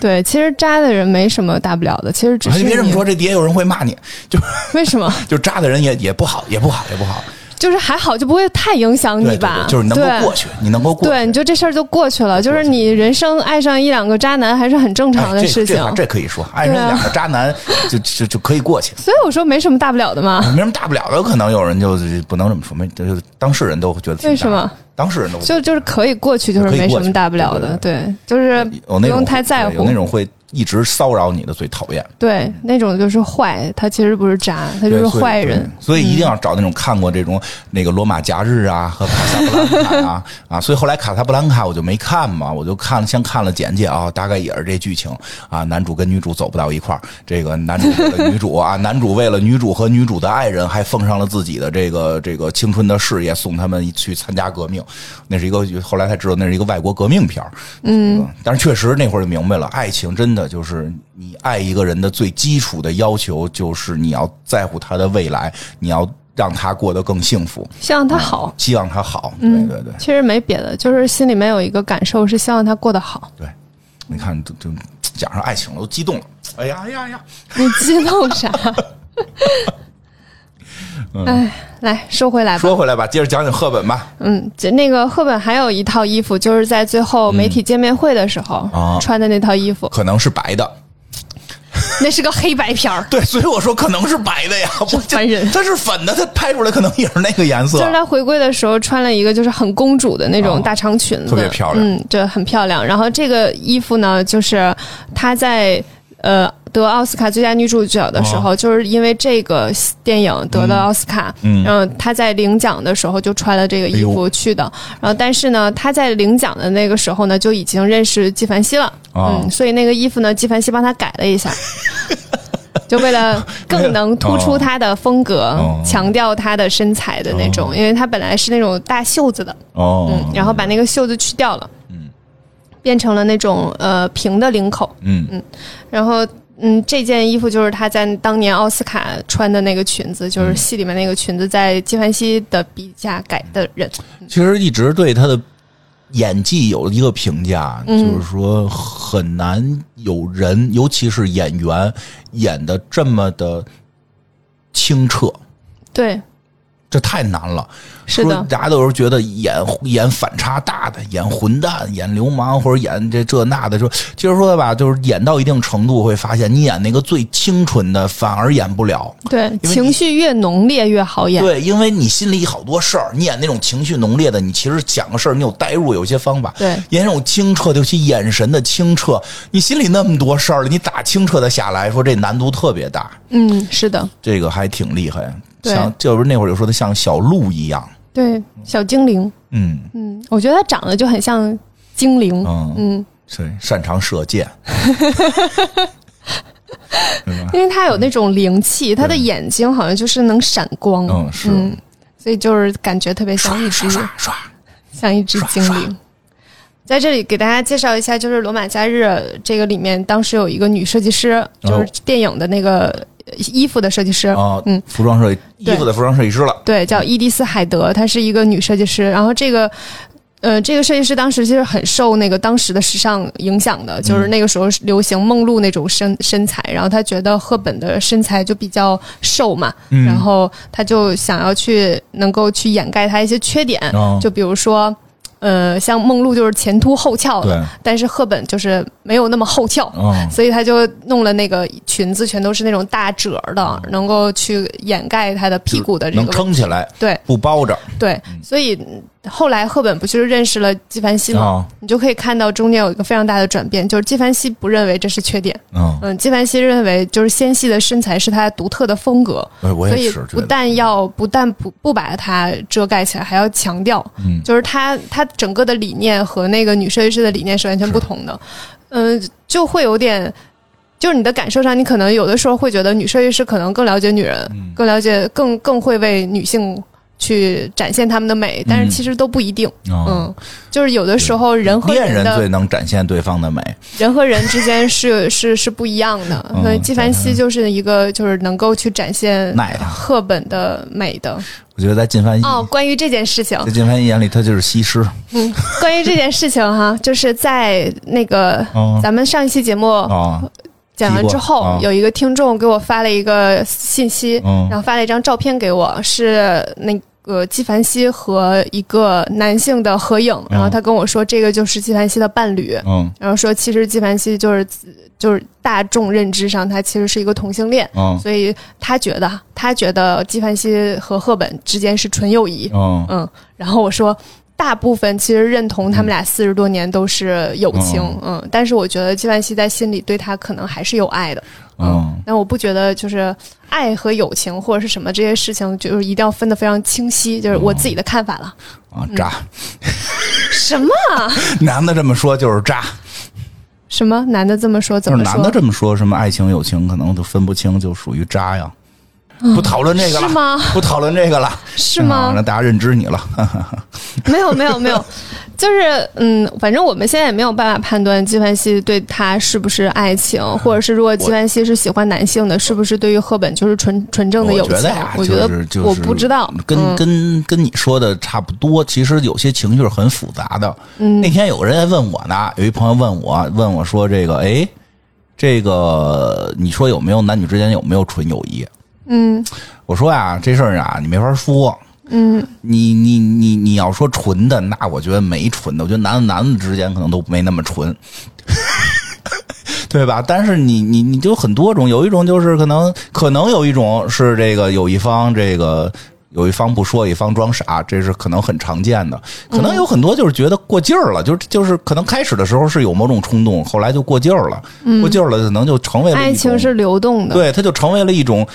对，其实渣的人没什么大不了的，其实只
哎
是
你别这么
你
说，这底下有人会骂你，就
为什么？
就渣的人也也不好，也不好，也不好。
就是还好，就不会太影响
对
你
对
吧
对，？就是你能
对
够过去，你能够过去。
对，你就这事儿就过去了。就是你人生爱上一两个渣男还是很正常
哎，
[LAUGHS] 的
这
事情，
这话这可以说，爱上
对啊
两个渣男就就就可以过去，
所以我说没什么大不了的嘛。
没什么大不了的。可能有人就就不能这么说，没就是当事人都觉得挺大
为什么？
当事人都
就就是可以过去，就是没什么大不了的，对就是
有
不
那种
用太在
对有
乎
那。种会一直骚扰你的最讨厌，
对，那种就是坏，他其实不是渣，他就
对
是
所以
坏人。嗯
对所以一定要找那种看过这种那个罗马假日啊和卡萨布兰卡啊啊，所以后来卡萨布兰卡我就没看嘛，我就看先看了简介啊，大概也是这剧情啊，男主跟女主走不到一块儿，这个男主为了女主啊， [LAUGHS] 男主为了女主和女主的爱人，还奉上了自己的这个这个青春的事业，送他们去参加革命，那是一个后来才知道那是一个外国革命片儿，嗯，但是确实那会儿就明白了，爱情真的就是你爱一个人的最基础的要求，就是你要在乎他的未来，你要让他过得更幸福，
希望他好，
希望他好。对对对
其实没别的，就是心里面有一个感受是希望他过得好。
对，你看，就就讲上爱情了，都激动了。哎呀哎呀哎呀！
你激动啥？ [LAUGHS] 哎，来说回来吧。
嗯说回来吧，接着讲讲赫本吧。
嗯，这那个赫本还有一套衣服，就是在最后媒体见面会的时候、
嗯啊
穿的那套衣服，
可能是白的，
那是个黑白片儿，
对，所以我说可能是白的呀，不
真烦人
它是粉的，它拍出来可能也是那个颜色。
就是她回归的时候穿了一个就是很公主的那
哦
种大长裙子，
特别漂亮
嗯，对，很漂亮。然后这个衣服呢，就是她在呃得奥斯卡最佳女主角的时
哦
候，就是因为这个电影得了奥斯卡，
嗯嗯
然后她在领奖的时候就穿了这个衣
哎
服去的。然后但是呢，她在领奖的那个时候呢，就已经认识纪梵希了，
哦
嗯，所以那个衣服呢，纪梵希帮她改了一下。就为
[LAUGHS]
了更能突出她的风格，
哦
强调她的身材的那种，因为她本来是那种大袖子的，
哦
嗯，然后把那个袖子去掉了，
嗯，
变成了那种呃平的领口，
嗯嗯
然后嗯，这件衣服就是她在当年奥斯卡穿的那个裙子，
嗯
就是戏里面那个裙子，在纪梵希的笔下改的人，
其实一直对他的演技有一个评价，
嗯
就是说很难有人，尤其是演员演的这么的清澈，
对，这
这太难了。
是
说
的，
大家都是觉得演演反差大的，演混蛋，演流氓，或者演这这那的，就其实说吧，就是演到一定程度，会发现你演那个最清纯的，反而演不了。
对，
你
情绪越浓烈越好演，
对，因为你心里好多事儿，你演那种情绪浓烈的，你其实讲个事儿，你有代入，有一些方法。
对
演那种清澈的，尤其眼神的清澈，你心里那么多事儿了，你打清澈的下来说，这难度特别大，
嗯，是的，
这个还挺厉害。
对
像就是那会儿就说他像小鹿一样，
对，小精灵，
嗯
嗯，我觉得她长得就很像精灵，
嗯，
嗯，
对，擅长射箭，对吧？
因为她有那种灵气，她的眼睛好像就是能闪光，
嗯，是
嗯，所以就是感觉特别
刷
像一只
刷刷刷，
像一只精灵。在这里给大家介绍一下，就是《罗马假日》这个里面，当时有一个女设计师，就
哦
是电影的那个呃衣服的设计师，
啊，
嗯，
服装设计衣
对
服的服装设计师了，
对，叫伊迪丝·海德，她是一个女设计师。然后这个呃，这个设计师当时其实很受那个当时的时尚影响的，
嗯
就是那个时候流行梦露那种身身材，然后他觉得赫本的身材就比较瘦嘛，
嗯
然后他就想要去能够去掩盖他一些缺点，
哦
就比如说，呃，像梦露就是前凸后翘的，
对，
但是赫本就是没有那么后翘，
嗯，
所以他就弄了那个裙子全都是那种大褶儿的，能够去掩盖他的屁股的这
哦能
个
撑起来，
对
不包着
对，
嗯
所以后来赫本不就是认识了纪梵希吗？
啊，
你就可以看到中间有一个非常大的转变，就是纪梵希不认为这是缺点，
嗯，
嗯，纪梵希认为就是纤细的身材是她独特的风格，
哎我
所
也
以
是
不
觉得，
但要不但不不把它遮盖起来，还要强调，
嗯
就是她她整个的理念和那个女设计师的理念是完全不同的，嗯，就会有点。就是你的感受上，你可能有的时候会觉得女设计师可能更了解女人，
嗯
更了解更更会为女性去展现她们的美，但
嗯
是其实都不一定。
嗯，
嗯，就是有的时候人和
恋
人
人
的
最能展现对方的美，
[LAUGHS] 人和人之间是是是不一样的，
嗯
所以纪梵希就是一个就是能够去展现
耐的
赫本的美的。
我觉得在金帆一，
哦，关于这件事情，
在金帆一眼里，他就是西施，
嗯，关于这件事情哈，就是在那个
嗯
咱们上一期节目
啊，
讲完之
提过
后
啊，
有一个听众给我发了一个信息，
嗯
然后发了一张照片给我，是那个纪梵希和一个男性的合影，然后他跟我说这个就是纪梵希的伴侣，
嗯
然后说，其实纪梵希就是就是大众认知上，他其实是一个同性恋，
嗯
所以他觉得他觉得纪梵希和赫本之间是纯友谊，
嗯，
嗯，然后我说。大部分其实认同
嗯
他们俩四十多年都是友情，嗯，但是我觉得纪梵希在心里对他可能还是有爱的，
嗯，
但我不觉得就是爱和友情或者是什么这些事情，就是一定要分得非常清晰，就是我自己的看法了。
啊渣，
什么嗯
男的这么说就是渣，
什么男的这么说怎
就是
么说？
男的这么说，什么爱情友情可能都分不清，就属于渣呀。不讨论这
嗯
个
是
了，
吗？
不讨论这个了，
是吗？
啊让大家认知你了。
[LAUGHS] 没有没有没有，就是嗯，反正我们现在也没有办法判断纪梵希对他是不是爱情，
嗯
或者是如果纪梵希是喜欢男性的，是不是对于赫本就是纯纯正的友
我
情
觉得呀，？
我觉
就
得
是就是
我不知道，
跟
嗯
跟跟你说的差不多。其实有些情绪是很复杂的。
嗯
那天有人还问我呢，有一朋友问我，问我说这个，哎，这个你说有没有男女之间有没有纯友谊？
嗯
我说呀，这事儿啊，你没法说。
嗯
你你你你要说纯的，那我觉得没纯的，我觉得男的男的之间可能都没那么纯， [LAUGHS] 对吧？但是你你你就很多种，有一种就是可能可能有一种是这个有一方这个。有一方不说，一方装傻，这是可能很常见的。可
嗯
能有很多就是觉得过劲儿了，就是就是可能开始的时候是有某种冲动，后来就过劲儿了，过劲儿了可能就成为了
嗯爱
一种
情是流动的，
对，它就成为了一种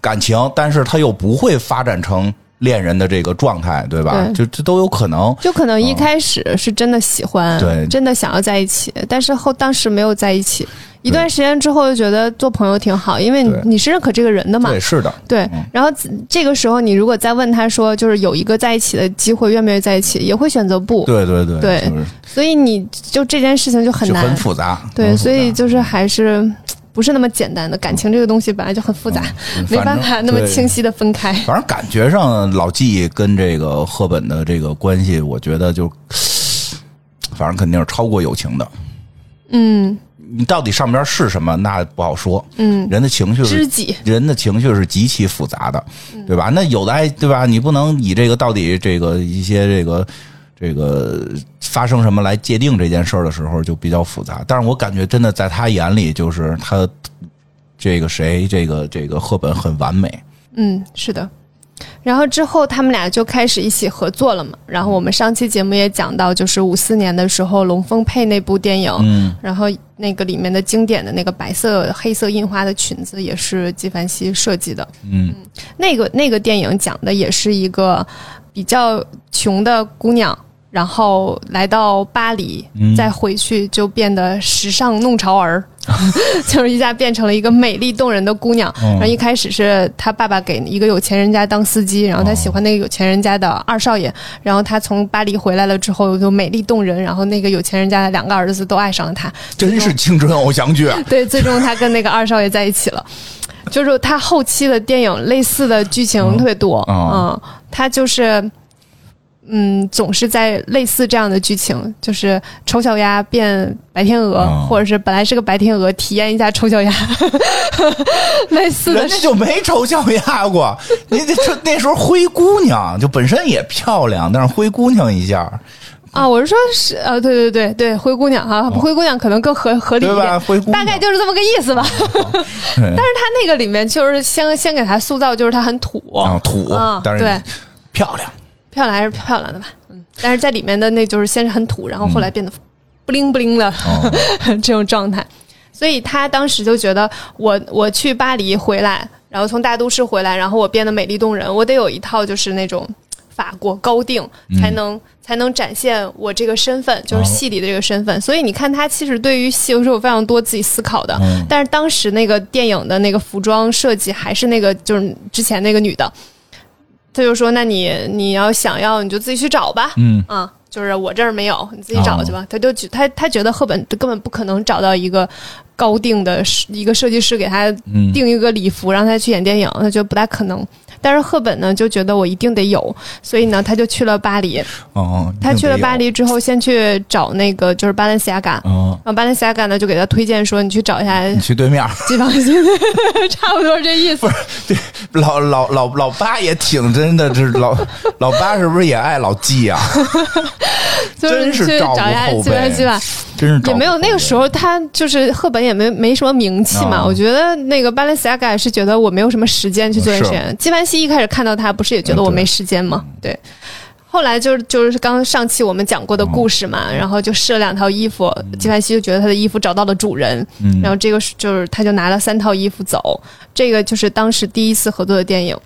感情，但是它又不会发展成恋人的这个状态，对吧？
对
就这都有可能。
就可能一开始是真的喜欢，
嗯对
真的想要在一起，但是后当时没有在一起，一段时间之后就觉得做朋友挺好，因为你
对
你是认可这个人的嘛
对，，是的，
对，然后此这个时候你如果再问他说，就是有一个在一起的机会，愿不愿意在一起，也会选择不，
对对对，
对
就是
所以你就这件事情就很
就
难
很，复杂。
对，
很复杂嗯
所以就是还是嘖不是那么简单的，感情这个东西本来就很复杂，
嗯
没
反
办
正
法那么
对
清晰的分开。
反正感觉上老纪跟这个赫本的这个关系，我觉得就， [SNIFFS] 反正肯定是超过友情的。
嗯
你到底上边是什么，那不好说。
嗯，
人的情绪是
知己，
人的情绪是极其复杂的，
嗯
对吧？那有的爱，对吧？你不能以这个到底这个一些这个这个发生什么来界定这件事儿的时候就比较复杂。但是我感觉真的在他眼里，就是他这个谁，这个这个赫本很完美。
嗯，是的。然后之后他们俩就开始一起合作了嘛。然后我们上期节目也讲到，就是五四年的时候，龙凤配那部电影，
嗯
然后那个里面的经典的那个白色黑色印花的裙子也是纪梵希设计的。
嗯
那个那个电影讲的也是一个比较穷的姑娘，然后来到巴黎，
嗯
再回去就变得时尚弄潮儿， [LAUGHS] 就是一下变成了一个美丽动人的姑娘。
嗯
然后一开始是她爸爸给一个有钱人家当司机，然后她喜欢那个有钱人家的二少爷，然后她从巴黎回来了之后就美丽动人，然后那个有钱人家的两个儿子都爱上了她。
真是青春偶
[LAUGHS]
像剧啊！
对，最终他跟那个二少爷在一起了。就是他
哦
后期的电影类似的剧情特别多，
嗯
嗯，他就是嗯，总是在类似这样的剧情，就是丑小鸭变白天鹅，
哦
或者是本来是个白天鹅，体验一下丑小鸭， [LAUGHS] 类似的
人家就没丑小鸭过。你这这那时候灰姑娘就本身也漂亮，但是灰姑娘一下，
啊。我是说是，呃，对对对对，灰姑娘啊，灰姑娘可能更合合理一
哦对吧？
点，
灰姑娘
大概就是这么个意思吧。 [LAUGHS]
对
但是他那个里面就是先先给他塑造，就是他很土，
然后土
嗯，
但
对
是漂亮。
漂亮还是漂亮的吧，嗯。但是在里面的那就是先是很土，然后后来变得不灵不灵的，[LAUGHS]
嗯
这种状态。所以他当时就觉得我我去巴黎回来，然后从大都市回来，然后我变得美丽动人，我得有一套就是那种法国高定，才能、才能展现我这个身份，就是戏里的这个身份。所以你看，他其实对于戏是有非常多自己思考的。
嗯
但是当时那个电影的那个服装设计还是那个就是之前那个女的，他就说：“那你你要想要你就自己去找吧。”
嗯，哦
啊，就是我这儿没有，你自己找去吧。他就觉他他觉得赫本根本不可能找到一个高定的设一个设计师给他
嗯
定一个礼服，让他去演电影，他觉得不大可能。但是赫本呢，就觉得我一定得有，所以呢，他就去了巴黎。
哦，
他去了巴
黎，
黎之后，先去找那个就是巴伦西亚嘎，
嗯，
然后巴伦西亚嘎呢就给他推荐说，你去找一下
你去对面 [LAUGHS] 儿，
季芳心， [LAUGHS] 差不多这意思。
老老老老八也挺真的，这老老八是不是也爱老季
[LAUGHS]
啊？
就
真是
去
照
找
顾
一下
后
季芳
辈
心吧。
真是照
也没有
顾
那个时候，他就是赫本也没没什么名气嘛。
啊
我觉得那个巴伦西亚嘎是觉得我没有什么时间去做这
啊
些。纪梵希一开始看到他，不是也觉
嗯
得我没时间嘛？对。后来就是就是刚上期我们讲
嗯
过的故事嘛，然后就试了两套衣服，纪梵希就觉得他的衣服找到了主人，
嗯
然后这个是就是他就拿了三套衣服走，这个就是当时第一次合作的电影。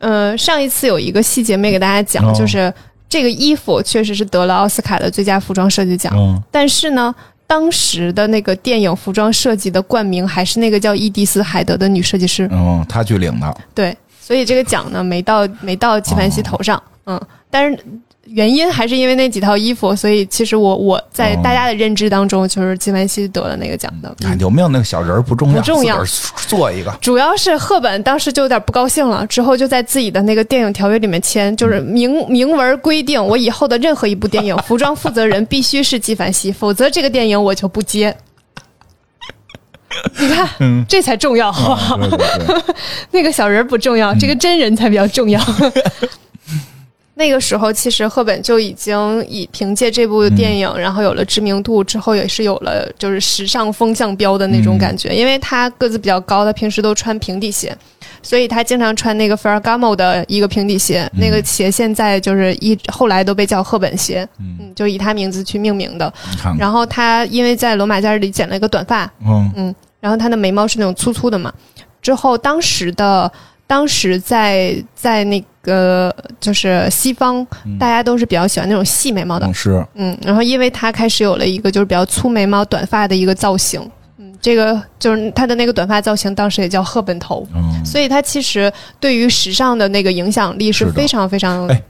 呃，上一次有一个细节没给大家讲，
哦
就是这个衣服确实是得了奥斯卡的最佳服装设计奖，
嗯
但是呢，当时的那个电影服装设计的冠名还是那个叫伊迪丝·海德的女设计师，
嗯，他去领的，
对，所以这个奖呢没到没到纪梵希头上，
哦
嗯，但是原因还是因为那几套衣服，所以其实我我在
哦嗯
大家的认知当中，就是纪梵希得了那个奖的。
看哎有没有那个小人儿不重要，
嗯不重要
自个儿做一个。
主要是赫本当时就有点不高兴了，之后就在自己的那个电影条约里面签，就是
嗯
明明文规定，我以后的任何一部电
[LAUGHS]
影，服装负责人必须是纪梵希，否则这个电影我就不接。你看，
嗯
这才重要，好不好？
对
[LAUGHS]
对对，
那个小人儿不重要，这个真人才比较重要。 [LAUGHS] 那个时候，其实赫本就已经以凭借这部电影，然后有了知名度之后，也是有了就是时尚风向标的那种感觉。因为他个子比较高，他平时都穿平底鞋，所以他经常穿那个 Ferragamo 的一个平底鞋。那个鞋现在就是一后来都被叫赫本鞋，嗯，就以他名字去命名的。
你看看，
然后他因为在罗马假日里剪了一个短发，
嗯
然后他的眉毛是那种粗粗的嘛。之后当时的当时在在那个就是西方，大家都是比较喜欢那种细眉毛的，
嗯是，
嗯。然后因为他开始有了一个就是比较粗眉毛短发的一个造型，嗯，这个就是他的那个短发造型，当时也叫赫本头。
嗯，
所以他其实对于时尚的那个影响力是
是的
非常非常
哎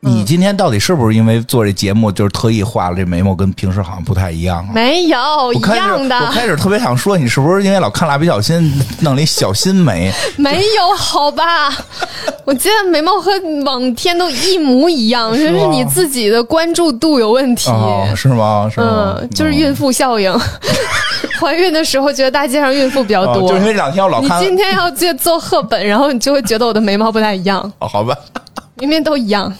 你今天到底是不是因为做这节目，就是特意画了这眉毛，跟平时好像不太一样啊？
没有一
我开始
样
我
的，
开始特别想说，你是不是因为老看蜡笔小新，弄了一小
[LAUGHS]
新眉？
没有好
[LAUGHS]
吧？我觉得眉毛和往天都一模一样，就是是
吗
你自己的关注度有问题。
哦，是吗？是吗？嗯
嗯，就是孕妇效应。 [LAUGHS] 怀孕的时候觉得大街上孕妇比较
哦
啊多。
就是因为这两天我老
你
看，
今天要去做赫本，然后你就会觉得我的眉毛不太一样，
哦好吧，
明明都一样。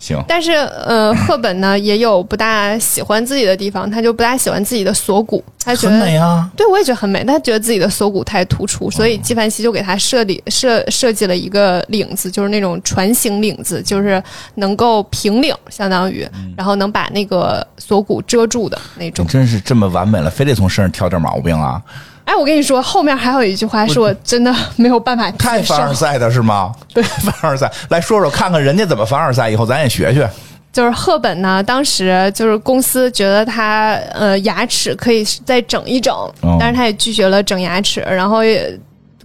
行，
但是呃，赫本呢也有不大喜欢自己的地方，她就不大喜欢自己的锁骨，她觉
很
得
美啊。
对，我也觉得很美。他觉得自己的锁骨太突
哦
出，所以纪梵希就给他设立设设计了一个领子，就是那种船形领子，就是能够平领，相当于，
嗯
然后能把那个锁骨遮住的那
你
种。
真是这么完美了，非得从身上挑点毛病啊！
哎，我跟你说，后面还有一句话是我真的没有办法
嗯太
接受
凡尔赛的是吗？对， [LAUGHS] 凡尔赛，来说说看看人家怎么凡尔赛，以后咱也学学。
就是赫本呢，当时就是公司觉得她呃牙齿可以再整一整，
哦
但是她也拒绝了整牙齿，然后也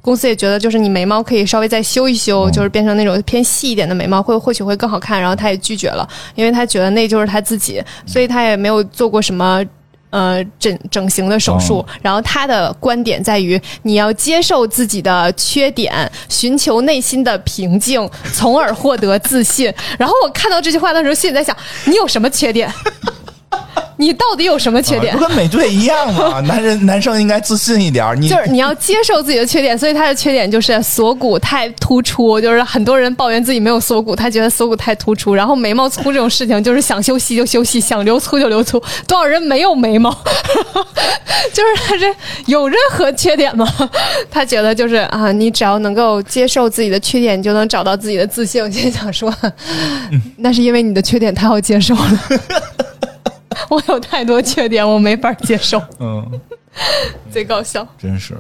公司也觉得就是你眉毛可以稍微再修一修，就是变成那种偏细一点的眉毛，会或许会更好看。然后她也拒绝了，因为她觉得那就是她自己，所以她也没有做过什么。呃整整形的手术，然后他的观点在于你要接受自己的缺点，寻求内心的平静，从而获得自信。然后我看到这句话的时候，心里在想：你有什么缺点？ [LAUGHS] 你到底有什么缺点
啊不？跟美队一样
[LAUGHS]
吗？男人男生应该自信一点儿，你
就是你要接受自己的缺点，所以他的缺点就是锁骨太突出，就是很多人抱怨自己没有锁骨，他觉得锁骨太突出，然后眉毛粗这种事情就是想修细就修细，想留粗就留粗，多少人没有眉毛？就是他这有任何缺点吗？他觉得就是啊，你只要能够接受自己的缺点，你就能找到自己的自信。我心想说， [LAUGHS] 那是因为你的缺点太好接受了。 [LAUGHS] 我有太多缺点，我没法接受，
嗯，
贼搞笑。
真是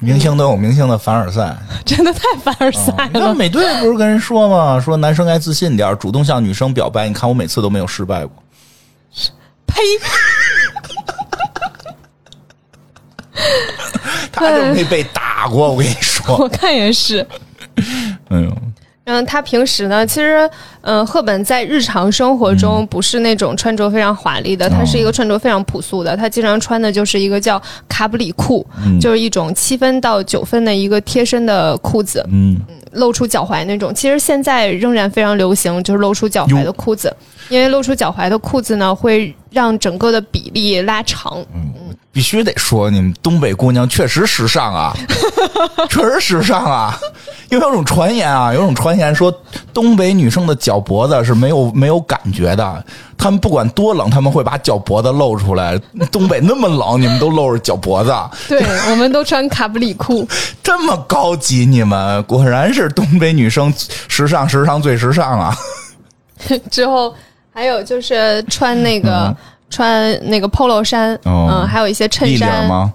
明星都有明星的凡
[LAUGHS]
尔赛。哦
真的太凡尔赛
你
了
看。美队不是跟人说吗？说男生该自信点儿，主动向女生表白。你看我每次都没有失败
[LAUGHS]
过。
呸！
他就没被打过，我跟你
[LAUGHS]
说。
我看也是。
哎呦，
嗯，他平时呢，其实，嗯、赫本在日常生活中不是那种穿着非常华丽的，他是一个穿着非常朴素的。他经常穿的就是一个叫卡布里裤，就是一种七分到九分的一个贴身的裤子，
嗯，
露出脚踝那种。其实现在仍然非常流行，就是露出脚踝的裤子，因为露出脚踝的裤子呢，会让整个的比例拉长。
必须得说，你们东北姑娘确实时
[LAUGHS]
尚啊，确实时尚啊。因为有种传言啊，有种传言说东北女生的脚脖子是没有没有感觉的，她们不管多冷，她们会把脚脖子露出来。东北那么冷，你们都露着脚脖子，
对，我们都穿卡布里裤。
这么高级，你们果然是东北女生时尚，时尚最时尚啊！
之后还有就是穿那个、穿那个 polo 衫，
嗯哦
嗯，还有一些衬
一点
衫
儿吗？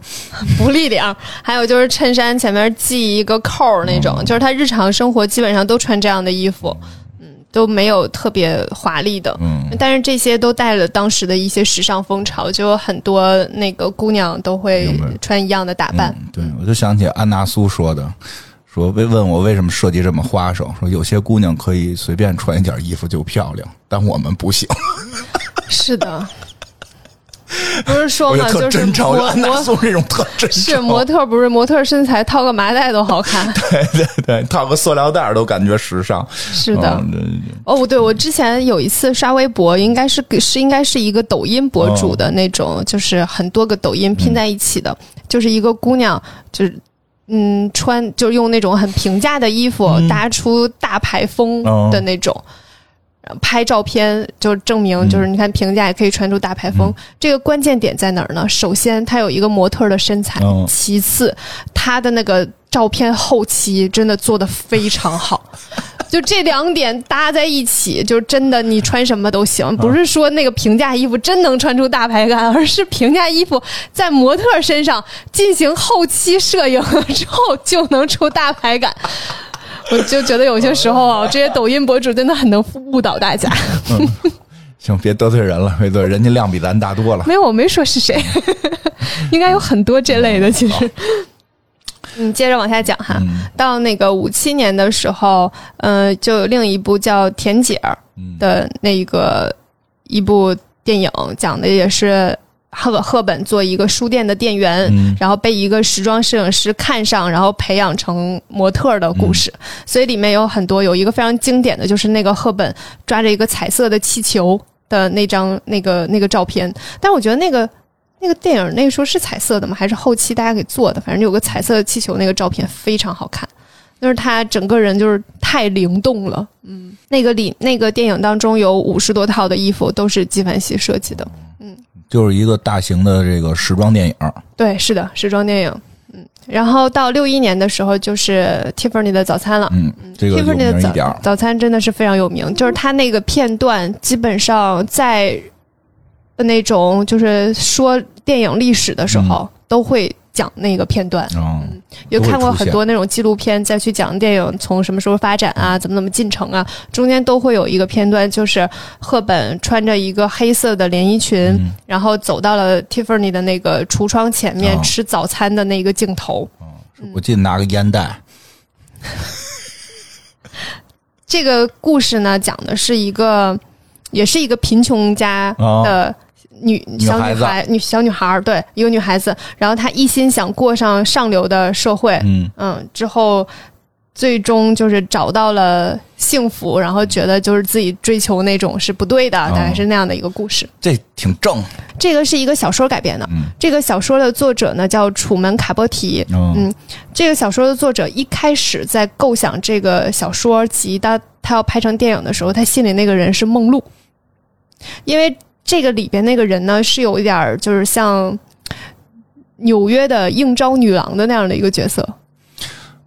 不立领儿，还有就是衬衫前面系一个扣儿那
哦
种，就是他日常生活基本上都穿这样的衣服，嗯，都没有特别华丽的，
嗯，
但是这些都带了当时的一些时尚风潮，就有很多那个姑娘都会
明白
穿一样的打扮，
嗯。对，我就想起安娜苏说的，说被问我为什么设计这么花哨，说有些姑娘可以随便穿一件衣服就漂亮，但我们不行。
是
[LAUGHS]
的。不是说
嗯我就
嘛，
特
就是
真诚，我就
模
安娜
模
苏这种特真诚，
是模特，不是模特身材套个麻袋都好看。
[LAUGHS] 对对对，套个塑料袋儿都感觉时尚。
是的，
嗯对对对
哦，对，我之前有一次刷微博，应该是是应该是一个抖音博主的那种，就是很多个抖音拼在一起的，就是一个姑娘，就是嗯，穿就是用那种很平价的衣服搭出大牌风的那种。然后拍照片就证明，就是你看评价也可以穿出大牌风。这个关键点在哪儿呢？首先，她有一个模特的身材，
嗯
其次，她的那个照片后期真的做的非常好。就这两点搭在一起，就真的你穿什么都行，不是说那个平价衣服真能穿出大牌感，而是平价衣服在模特身上进行后期摄影了之后就能出大牌感。我就觉得有些时候啊，这些抖音博主真的很能误导大家。
行，别得罪人了，别得罪人人家量比咱大多了。
没有，我没说是谁，应该有很多这类的。其实，嗯，接着往下讲哈。到那个五七年的时候，呃，就有另一部叫《田姐儿》的那一个一部电影，讲的也是。赫赫本做一个书店的店员，
嗯
然后被一个时装摄影师看上，然后培养成模特儿的故事。所以里面有很多，有一个非常经典的就是那个赫本抓着一个彩色的气球的那张那个那个照片，但我觉得那个那个电影那时候是彩色的吗？还是后期大家给做的？反正有个彩色的气球那个照片非常好看，就是他整个人就是太灵动了。嗯，那个里那个电影当中有五十多套的衣服都是纪梵希设计的。
就是一个大型的这个时装电影儿，
对，是的，时装电影。嗯，然后到六一年的时候就是 Tiffany 的早餐了。
嗯，这个有
Tiffany 的
名一
早
点儿。
早餐真的是非常有名，就是他那个片段，基本上在那种就是说电影历史的时候、都会讲那个片段。
嗯，
有
都会
看过
出
很
现
多那种纪录片，再去讲电影从什么时候发展
嗯
啊，怎么怎么进程啊，中间都会有一个片段，就是赫本穿着一个黑色的连衣裙，
嗯
然后走到了 Tiffany 的那个橱窗前面、
哦
吃早餐的那个镜头。
嗯我记得拿个烟袋，
这个故事呢，讲的是一个，也是一个贫穷家
哦
的女小
女孩
女
子
孩女小女孩儿，对，一个女孩子，然后她一心想过上上流的社会，
嗯，
嗯，之后最终就是找到了幸福，然后觉得就是自己追求那种是不对
哦
的，大概是那样的一个故事。
这挺正，
这个是一个小说改编的，
嗯
这个小说的作者呢叫楚门卡波提。
嗯
嗯，这个小说的作者一开始在构想这个小说及他他要拍成电影的时候，他心里那个人是梦露，因为这个里边那个人呢是有一点儿就是像纽约的应招女郎的那样的一个角色，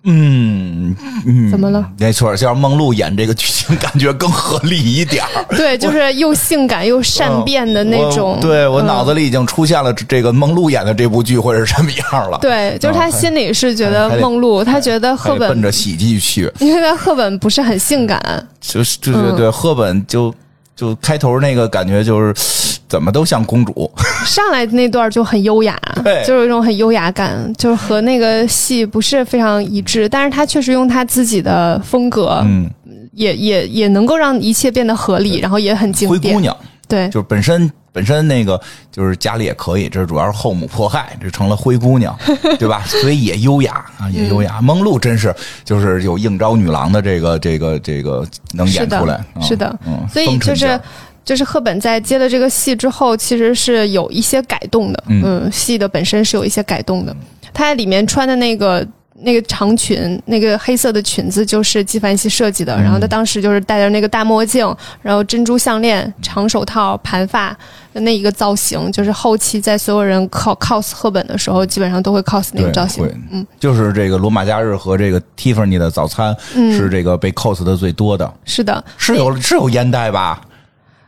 嗯嗯，
怎么了？
没错，要是梦露演这个剧情，感觉更合理一点儿。
对，就是又性感又 [LAUGHS] 善变的那种。
我对我
嗯
脑子里已经出现了这个梦露演的这部剧会是什么样了。，
对，就是他心里是觉得
啊还得
梦露，他觉得赫
奔
本，
着喜剧去，
[LAUGHS] 因为他赫本不是很性感，
就是就是
嗯
对赫本就就开头那个感觉就是怎么都像公主，
上来那段就很优雅
对，
就是有一种很优雅感，就是和那个戏不是非常一致，但是他确实用他自己的风格，
嗯，
也也也能够让一切变得合理，然后也很经
灰姑
典。
娘。
对，
就是本身本身那个就是家里也可以，这主要是后母迫害，这成了灰姑娘， [LAUGHS] 对吧？所以也优雅啊，也优
嗯
雅。梦露真是就是有应招女郎的这个这个这个能演出来，啊
是的
嗯，
所以
风
就
尘
是
劲儿。
就是赫本在接了这个戏之后，其实是有一些改动的，
嗯
嗯戏的本身是有一些改动的。她在里面穿的那个那个长裙，那个黑色的裙子就是纪梵希设计的，
嗯
然后她当时就是戴着那个大墨镜，然后珍珠项链、长手套、盘发那一个造型，就是后期在所有人 cos cos 赫本的时候，基本上都会 cos 那个
对，
造型嗯
会。，就是这个罗马假日和这个 Tiffany 的早餐是
嗯，
这个被 cos 的最多的，
是的，
是有是有烟袋吧？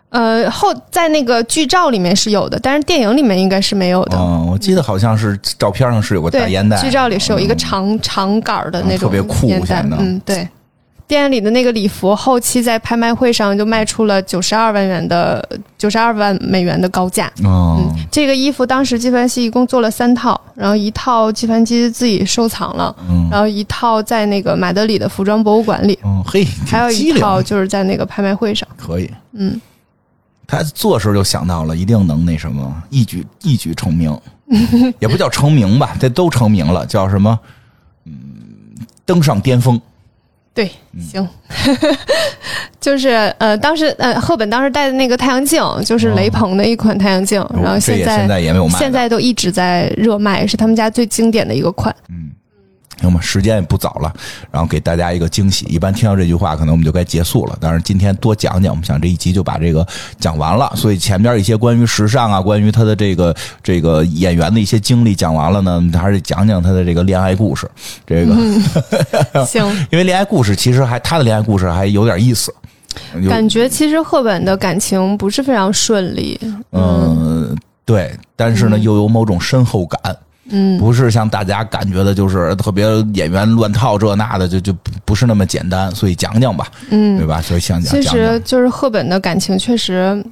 呃，后在那个剧照里面是有的，但是电影里面应该是没有的。
嗯，我记得好像是照片上是有个大
对
烟袋，，嗯
剧照里是有一个长、长杆儿的那种
特别酷
烟袋
显得
嗯，对。电影里的那个礼服，后期在拍卖会上就卖出了九十二万元的九十二万美元的高价。
嗯，
这个衣服当时纪梵希一共做了三套，然后一套纪梵希自己收藏了，
嗯
然后一套在那个马德里的服装博物馆里，
嗯，嘿，挺
还有
机
一
灵啊
套就是在那个拍卖会上。
可以，
嗯，
他做时候就想到了，一定能那什么，一举一举成
[LAUGHS]
名，也不叫成名吧，这都成名了，叫什么？嗯，登上巅峰。
对，
嗯
行， [LAUGHS] 就是呃，当时呃，赫本当时戴的那个太阳镜，就是雷朋的一款太阳镜，然后
哦这
现
也
在
现在也没有卖的。
现在都一直在热卖，是他们家最经典的一个款。
[LAUGHS] 那么时间也不早了，然后给大家一个惊喜。一般听到这句话，可能我们就该结束了。但是今天多讲讲，我们想这一集就把这个讲完了。所以前边一些关于时尚啊，关于他的这个这个演员的一些经历讲完了呢，我们还是讲讲他的这个恋爱故事。这个、
行，
因为恋爱故事其实还他的恋爱故事还有点意思。有
感觉其实赫本的感情不是非常顺利。
嗯，对，但是呢，又有某种深厚感，
嗯，
不是像大家感觉的，就是特别演员乱套这那的，就就不不是那么简单。所以讲讲吧，
嗯
对吧？所以想讲
其
讲
实
讲，
就是赫本的感情确实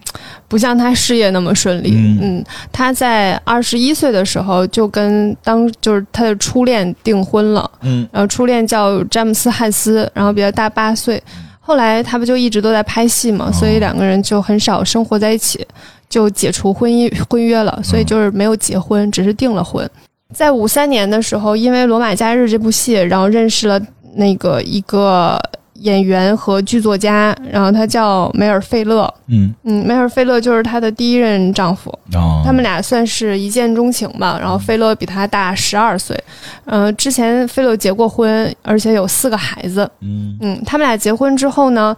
不像她事业那么顺利。
嗯
嗯，她在二十一岁的时候就跟当就是她的初恋订婚了。
嗯
然后初恋叫詹姆斯汉斯，然后比他大八岁。后来他不就一直都在拍戏嘛，所以两个人就很少生活在一起，就解除婚姻婚约了，所以就是没有结婚，只是订了婚。在五三年的时候，因为《罗马假日》这部戏，然后认识了那个一个演员和剧作家，然后他叫梅尔费勒，
嗯，
嗯，梅尔费勒就是她的第一任丈夫，
哦，
他们俩算是一见钟情吧，然后菲勒比他大十二岁，呃，之前菲勒结过婚，而且有四个孩子。
嗯
嗯，他们俩结婚之后呢，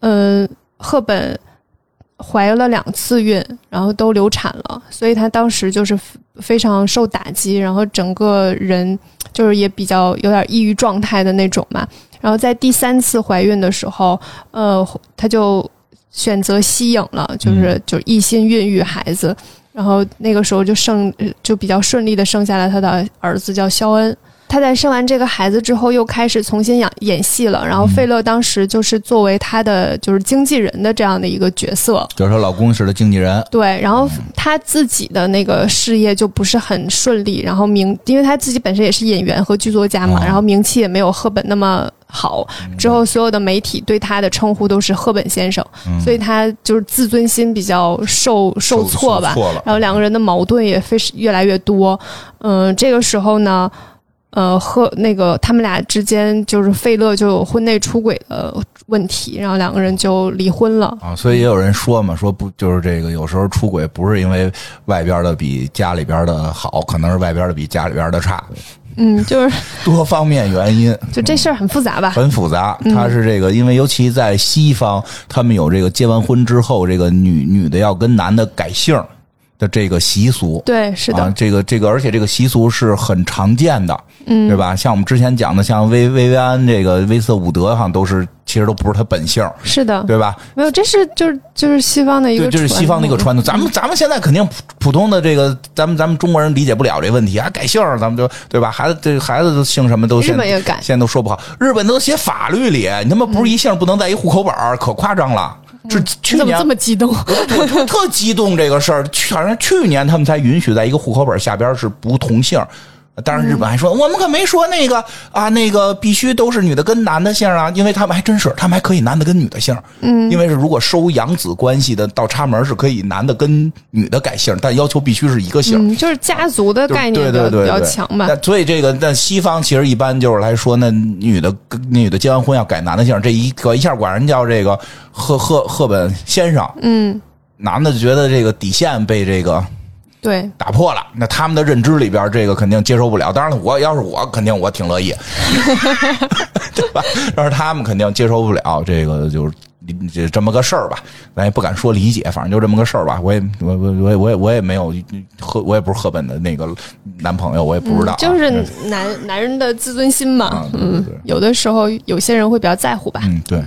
呃，赫本怀了两次孕，然后都流产了，所以她当时就是非常受打击，然后整个人就是也比较有点抑郁状态的那种嘛。然后在第三次怀孕的时候，呃，她就选择息影了，就是就是一心孕育孩子。然后那个时候就生就比较顺利的生下了她的儿子叫肖恩。她在生完这个孩子之后，又开始重新演演戏了。然后费勒当时就是作为她的就是经纪人的这样的一个角色，
就是她老公是她经纪人，
对，然后她自己的那个事业就不是很顺利，然后名，因为她自己本身也是演员和剧作家嘛，
哦
然后名气也没有赫本那么好，之后所有的媒体对他的称呼都是赫本先生，
嗯
所以他就是自尊心比较受受挫吧。
错了，
然后两个人的矛盾也非是越来越多。嗯、这个时候呢，呃，赫那个他们俩之间就是费勒就有婚内出轨的问题，然后两个人就离婚了。
啊，所以也有人说嘛，说不就是这个，有时候出轨不是因为外边的比家里边的好，可能是外边的比家里边的差，
嗯，就是
多方面原因。
就这事儿很复杂吧。
[LAUGHS] 很复杂，
嗯
它是这个，因为尤其在西方，他们有这个结完婚之后，这个女女的要跟男的改姓儿的这个习俗。
对，是的，
啊，这个这个，而且这个习俗是很常见的，嗯，对吧？像我们之前讲的，像薇薇薇安这个威瑟伍德，好像都是其实都不是他本姓儿，
是的，
对吧？
没有，这是就是就是西方的一个
对，这是西方的一个
传统
传统。咱们咱们现在肯定普普通的这个，咱们咱们中国人理解不了这问题啊，改姓儿咱们就对吧？孩子这孩子都姓什么都现
日本也改嗯
现在都说不好。日本都写法律里，你他妈不是一姓不能在一户口本儿，可夸张了。是去
你怎么
年啊
这么激动？
我就特激动这个事儿，去好像去年他们才允许在一个户口本下边是不同姓儿。当然，日本还说、我们可没说那个啊，那个必须都是女的跟男的姓儿啊，因为他们还真是，他们还可以男的跟女的姓儿。嗯，因为是如果收养子关系的到插门是可以男的跟女的改姓儿，但要求必须是一个姓儿。
[LAUGHS] 嗯，就是家族的
就是
概念比较
对对对
比较
对
强吧。
那所以这个，那西方其实一般就是来说，那女的跟女的结完婚要改男的姓儿，这一个一下管人叫这个赫赫赫本先生，
嗯，
男的就觉得这个底线被这个
对，
打破了，那他们的认知里边，这个肯定接受不了。当然了，我要是我，肯定我
[LAUGHS]
挺乐意，对吧？但是他们肯定接受不了，这个就是这这么个事儿吧。咱也不敢说理解，反正就这么个事儿吧。我也我我我也我也我也没有赫，我也不是赫本的那个男朋友，我也不知道啊、
嗯就是男男人的自尊心嘛
啊。对对
嗯
对，
有的时候有些人会比较在乎吧。
嗯，对，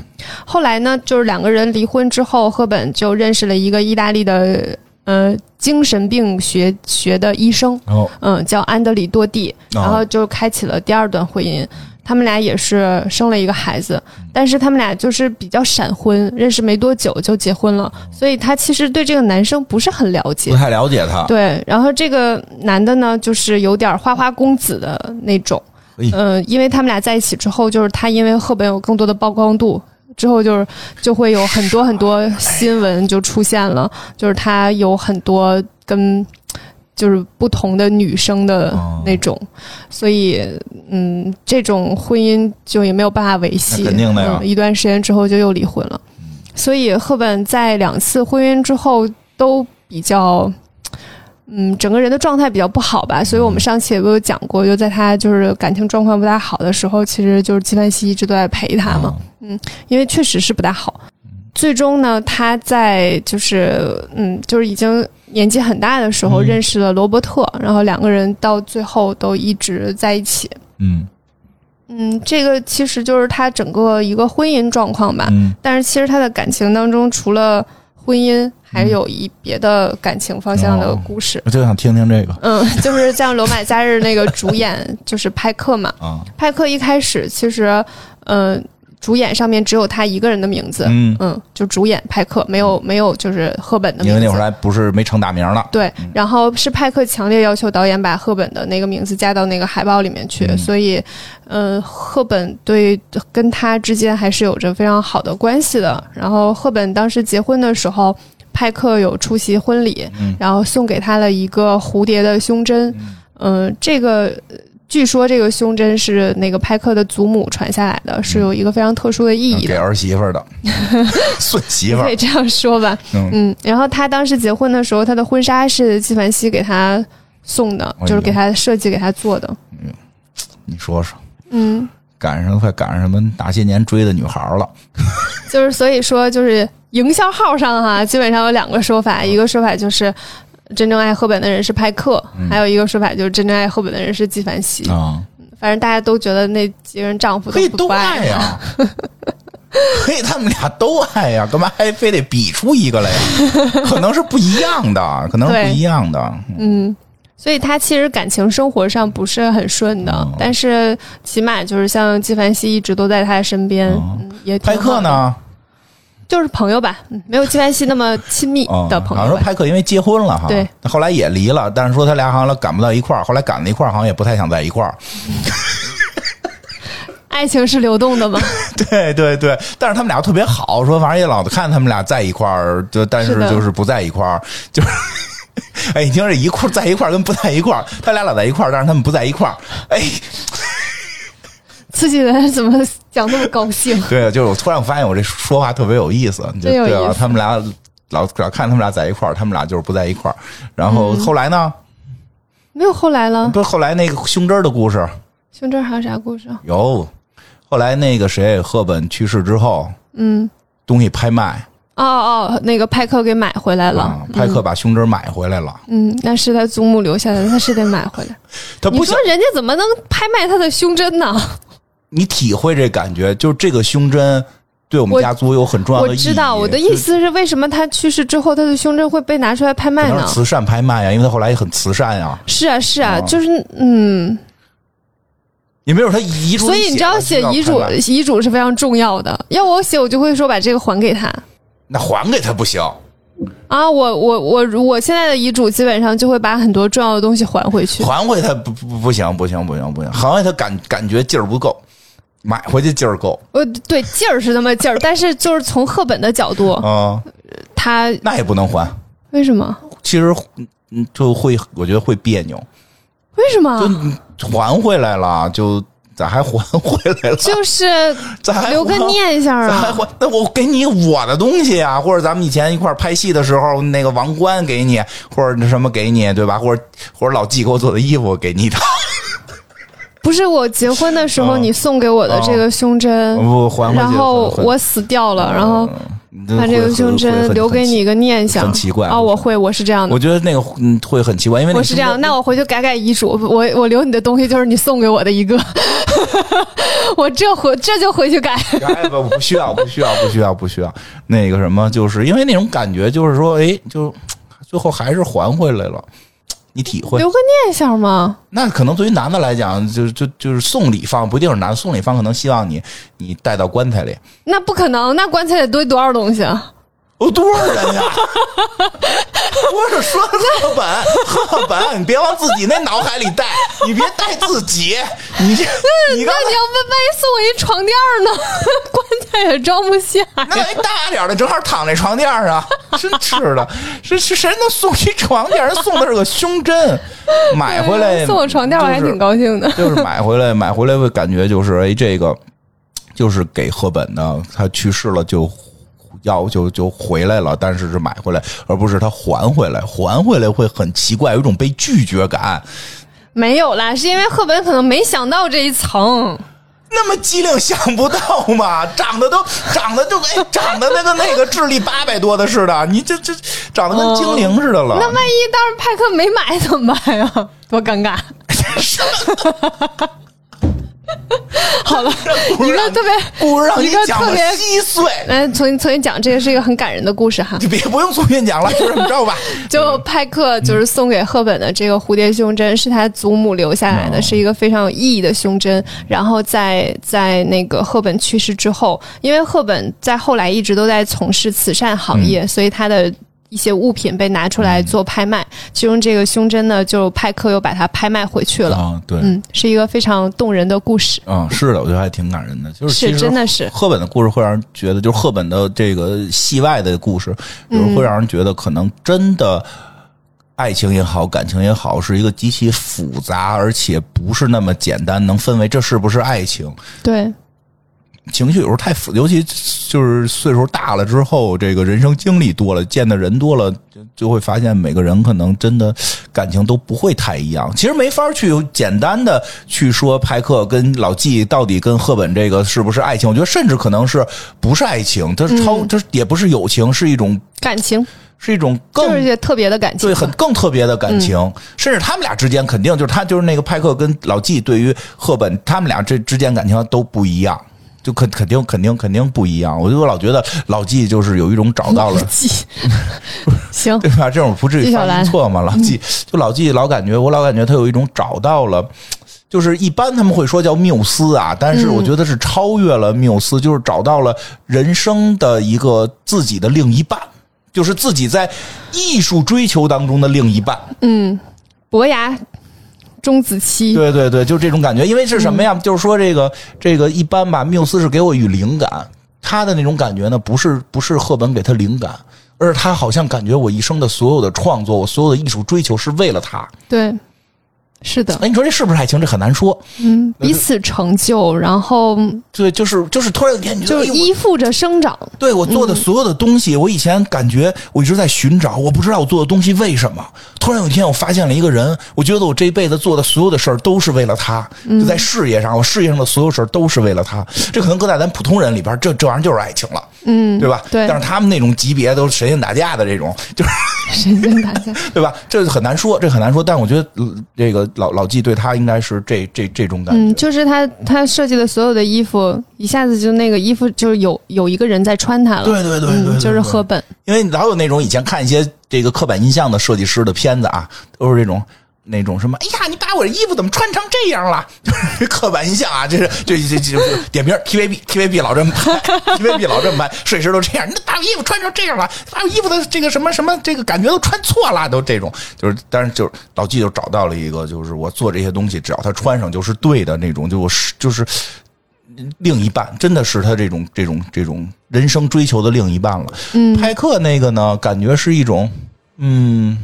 后来呢，就是两个人离婚之后，赫本就认识了一个意大利的呃精神病学学的医生，
然后
嗯，叫安德里多蒂，然后就开启了第二段婚姻。他们俩也是生了一个孩子，但是他们俩就是比较闪婚，认识没多久就结婚了，所以他其实对这个男生不是很了解
不。太了解他，
对，然后这个男的呢，就是有点花花公子的那种
哎，
嗯、因为他们俩在一起之后，就是他因为赫本有更多的曝光度。之后就是就会有很多很多新闻就出现了，就是他有很多跟就是不同的女生的
哦嗯
那种，所以嗯，这种婚姻就也没有办法维系，
那肯定的呀嗯
嗯一段时间之后就又离婚了。所以赫本在两次婚姻之后都比较，嗯，整个人的状态比较不好吧。所以我们上期也都有讲过，就在她就是感情状况不太好的时候，其实就是纪梵希一直都在陪她嘛，因为确实是不大好。最终呢，她在就是嗯，就是已经年纪很大的时候
嗯
认识了罗伯特，然后两个人到最后都一直在一起。
嗯
嗯，这个其实就是她整个一个婚姻状况吧。
嗯
但是其实他的感情当中，除了婚姻，还有一别的感情方向
哦
的故事。
我就想听听这个
嗯，就是像《罗马假日》那个主
[LAUGHS]
演就是派克嘛，
啊，
派克一开始其实，嗯、主演上面只有他一个人的名字，
嗯，
嗯，就主演派克，没有没有就是赫本的
因
名
为
字。
那会儿还嗯不是没成大名了，
对，然后是派克强烈要求导演把赫本的那个名字加到那个海报里面去，
嗯
所以，呃，赫本对跟他之间还是有着非常好的关系的。然后赫本当时结婚的时候，派克有出席婚礼，
嗯
然后送给她了一个蝴蝶的胸针，嗯、这个。呃据说这个胸针是那个派克的祖母传下来的，
嗯
是有一个非常特殊的意义的
给。儿媳妇
[LAUGHS]
儿的，孙媳妇
可
儿
以，这样说吧。
嗯
嗯然后他当时结婚的时候，他的婚纱是纪梵希给他送的，
哎呦
就是给他设计、给他做的。
你说说。
嗯，
赶上快赶上什么哪些年追的女孩了？
就是所以说，就是营销号上啊嗯哈、 [LAUGHS] 基本上有两个说法，一个说法就是。真正爱赫本的人是派克，还有一个说法就是真正爱赫本的人是纪梵希。
啊，
反正大家都觉得那几个人丈夫
可以
哎都不
都
爱啊 [LAUGHS]
爱呀，可以他们俩都爱呀，干嘛还非得比出一个来呀？可能是不一样的，可能是
对
不一样的。
所以他其实感情生活上不是很顺的，
哦
但是起码就是像纪梵希一直都在他身边，
哦
嗯、也挺
派
好
克
的？
呢？
就是朋友吧，嗯没有纪梵希那么亲密
嗯
的
好
朋
像
友
说
吧。
派克因为结婚了哈，
对，
后来也离了，但是说他俩好像赶不到一块儿，后来赶到一块儿好像也不太想在一块儿。
爱情是流动的
[LAUGHS]
嘛，
对对对，但是他们俩特别好，说反正也老看他们俩在一块儿，就但是
是的
就是不在一块儿， [LAUGHS] 就是哎，你听这一块儿在一块儿跟不在一块儿，他俩老在一块儿，但是他们不在一块儿，哎，
自己人怎么讲那么高兴？
对，就是我突然发现我这说话特别有意思，你就
真有
对
意
啊，
思
他们俩老老看他们俩在一块儿，他们俩就是不在一块儿，然后
嗯
后来呢，
[LAUGHS] 没有后来了，
不是后来那个胸针儿的故事
胸针还有啥故事啊？
有，后来那个谁赫本去世之后，
嗯，
东西拍卖
哦哦，那个派克给买回来了，
啊，派克把胸针买回来了，
嗯，那是他祖母留下的，他是得买回来。
他不
你
想
说人家怎么能拍卖他的胸针呢？
你体会这感觉，就是这个胸针对我们
我
家族有很重要的意
我
义。
知道，我的意思是，为什么他去世之后，他的胸针会被拿出来拍
就是
卖
可能
呢
是？慈善拍卖呀，因为他后来也很慈善呀，
是啊，是
啊
啊，就是嗯，
也没有他遗嘱。
所以你知道写遗嘱，遗嘱是非常重要的。要我写，我就会说把这个还给他
那还给他不行。
啊。我我我我现在的遗嘱基本上就会把很多重要的东西还回去。
还回他不不不行不行不行不行，还回他感感觉劲儿不够，买回去劲儿够
呃，对，劲儿是那么劲儿，但是就是从赫本的角度，
啊、
他
那也不能还。
为什么？
其实嗯就会我觉得会别扭，
为什
就
么？
你还回来了，就咋还还回来了？
就是
咋还
留个
还
念想
还
啊。
还那我给你我的东西啊，或者咱们以前一块儿拍戏的时候，那个王冠给你，或者什么给你，对吧？或者或者老纪给我做的衣服给你一套，
不是我结婚的时候
嗯
你送给我的这
啊
个胸针，
不还回去。
然后我死掉了，然后哦
嗯
把这个胸针留给你一，个念想，
很奇怪
啊！我会，我是这样的
我，觉得那个嗯会很奇怪，因为那
我
个
是这样，那我回去改改遗嘱，我我留你的东西就是你送给我的一个， [LAUGHS] 我这回这就回去改。
哎不不需要不需要不需要不需要那个什么，就是因为那种感觉，就是说哎，就最后还是还回来了，你体会
留个念想嘛，
那可能对于男的来讲，就就就是送礼方不一定是男的，送礼方可能希望你你带到棺材里。
那不可能，那棺材得堆多少东西啊？
哦，多少人呀、 [LAUGHS] 我是说赫本，赫本，你别往自己那脑海里带，你别带自己，你这你
[LAUGHS]
刚
那你
才
要万万一送我一床垫儿呢？ [LAUGHS] 棺材也装不下
那还大点儿的，正好躺在床垫上，真是的，是是谁能送一床垫？人送的是个胸针，买回来
哎送我床垫儿，我还
就是
挺高兴的。
就是买回来，买回来会感觉就是哎，这个就是给赫本的，他去世了就要就就回来了，但是是买回来，而不是他还回来，还回来会很奇怪，有一种被拒绝感。
没有啦，是因为赫本可能没想到这一
啊
层。
那么机灵想不到嘛，长得都长得就哎，长得那个那个智力八百多的似的，你这这长得跟精灵似的了。
哦那
[LAUGHS]
万一当时派克没买怎么办呀？多尴尬！好
[LAUGHS]
了，一个特别，
故事让你
一个
讲
特
的
别
稀碎，
来重新重新讲，这个是一个很感人的故事哈。
[LAUGHS] 就别不用重新讲了，就这么着 [LAUGHS] 吧。
[LAUGHS] 就派克就是送给赫本的这个蝴蝶胸针，是他祖母留下来的，是一个非常有意义的胸针。然后在在那个赫本去世之后，因为赫本在后来一直都在从事慈善行业，
嗯
所以他的。一些物品被拿出来做拍卖，其中这个胸针呢，就派克又把它拍卖回去了。
啊，对，
嗯，是一个非常动人的故事，
嗯，是的，我觉得还挺感人的，就是其
是
实
真的是
赫本的故事会让人觉得，就是赫本的这个戏外的故事，
嗯
有时候会让人觉得，可能真的爱情也好，感情也好，是一个极其复杂，而且不是那么简单能分为这是不是爱情。
对，
情绪有时候太复，尤其就是岁数大了之后，这个人生经历多了，见的人多了，就就会发现每个人可能真的感情都不会太一样。其实没法去简单的去说派克跟老纪到底跟赫本这个是不是爱情，我觉得甚至可能是不是爱情，它是超，
嗯
它是也不是友情，是一种
感情
是一种更
就是一些特别的感情。
对，，很更特别的感情，甚至他们俩之间肯定就是他就是那个派克跟老纪对于赫本他们俩这之间感情都不一样，就肯肯定肯定肯定不一样。我就老觉得老纪就是有一种找到了 [LAUGHS]
行，
对吧？这种不至
纪
于
晓
犯
岚
错嘛？老纪就老纪老感觉我老感觉他有一种找到了，就是一般他们会说叫缪斯啊，但是我觉得是超越了缪斯，就是找到了人生的一个自己的另一半，就是自己在艺术追求当中的另一半。
嗯，伯牙钟子期，
对对对，就这种感觉。因为是什么
嗯
呀？就是说这个这个一般吧，缪斯是给我与灵感，他的那种感觉呢，不是不是赫本给他灵感，而是他好像感觉我一生的所有的创作，我所有的艺术追求是为了他。
对，是的，
哎，你说这是不是爱情？这很难说。
嗯，彼此成就，然后
对，就是就是突然有一天你觉
就
得，
是
哎呦
依附着生长。
对我做的
嗯
所有的东西，我以前感觉我一直在寻找，我不知道我做的东西为什么。突然有一天，我发现了一个人，我觉得我这辈子做的所有的事儿都是为了他，
嗯
就在事业上，我事业上的所有事儿都是为了他。这可能搁在咱普通人里边儿，这这玩意儿就是爱情了，
嗯，
对吧？
对
但是他们那种级别都是神仙打架的这种， [LAUGHS] 就是
神仙打架，
对吧？这很难说，这很难说。但我觉得呃这个老老纪对他应该是这这这种感觉。
嗯，就是他他设计的所有的衣服，一下子就那个衣服就是有有一个人在穿它了。
对对对对对
嗯，就是赫本。
因为老有那种以前看一些这个刻板印象的设计师的片子啊，都是这种那种什么，哎呀，你把我的衣服怎么穿成这样了？ [LAUGHS] 就是刻板印象啊，这是这这这这点名 TVB TVB 老这么拍，TVB 老这么拍，设计师都这样，你把我衣服穿成这样了，把我衣服的这个什么什么这个感觉都穿错了，都这种就是，但是就是老纪就找到了一个，就是我做这些东西，只要他穿上就是对的那种，就我是就是另一半真的是他这种这种这种人生追求的另一半了。嗯，派克那个呢，感觉是一种，嗯，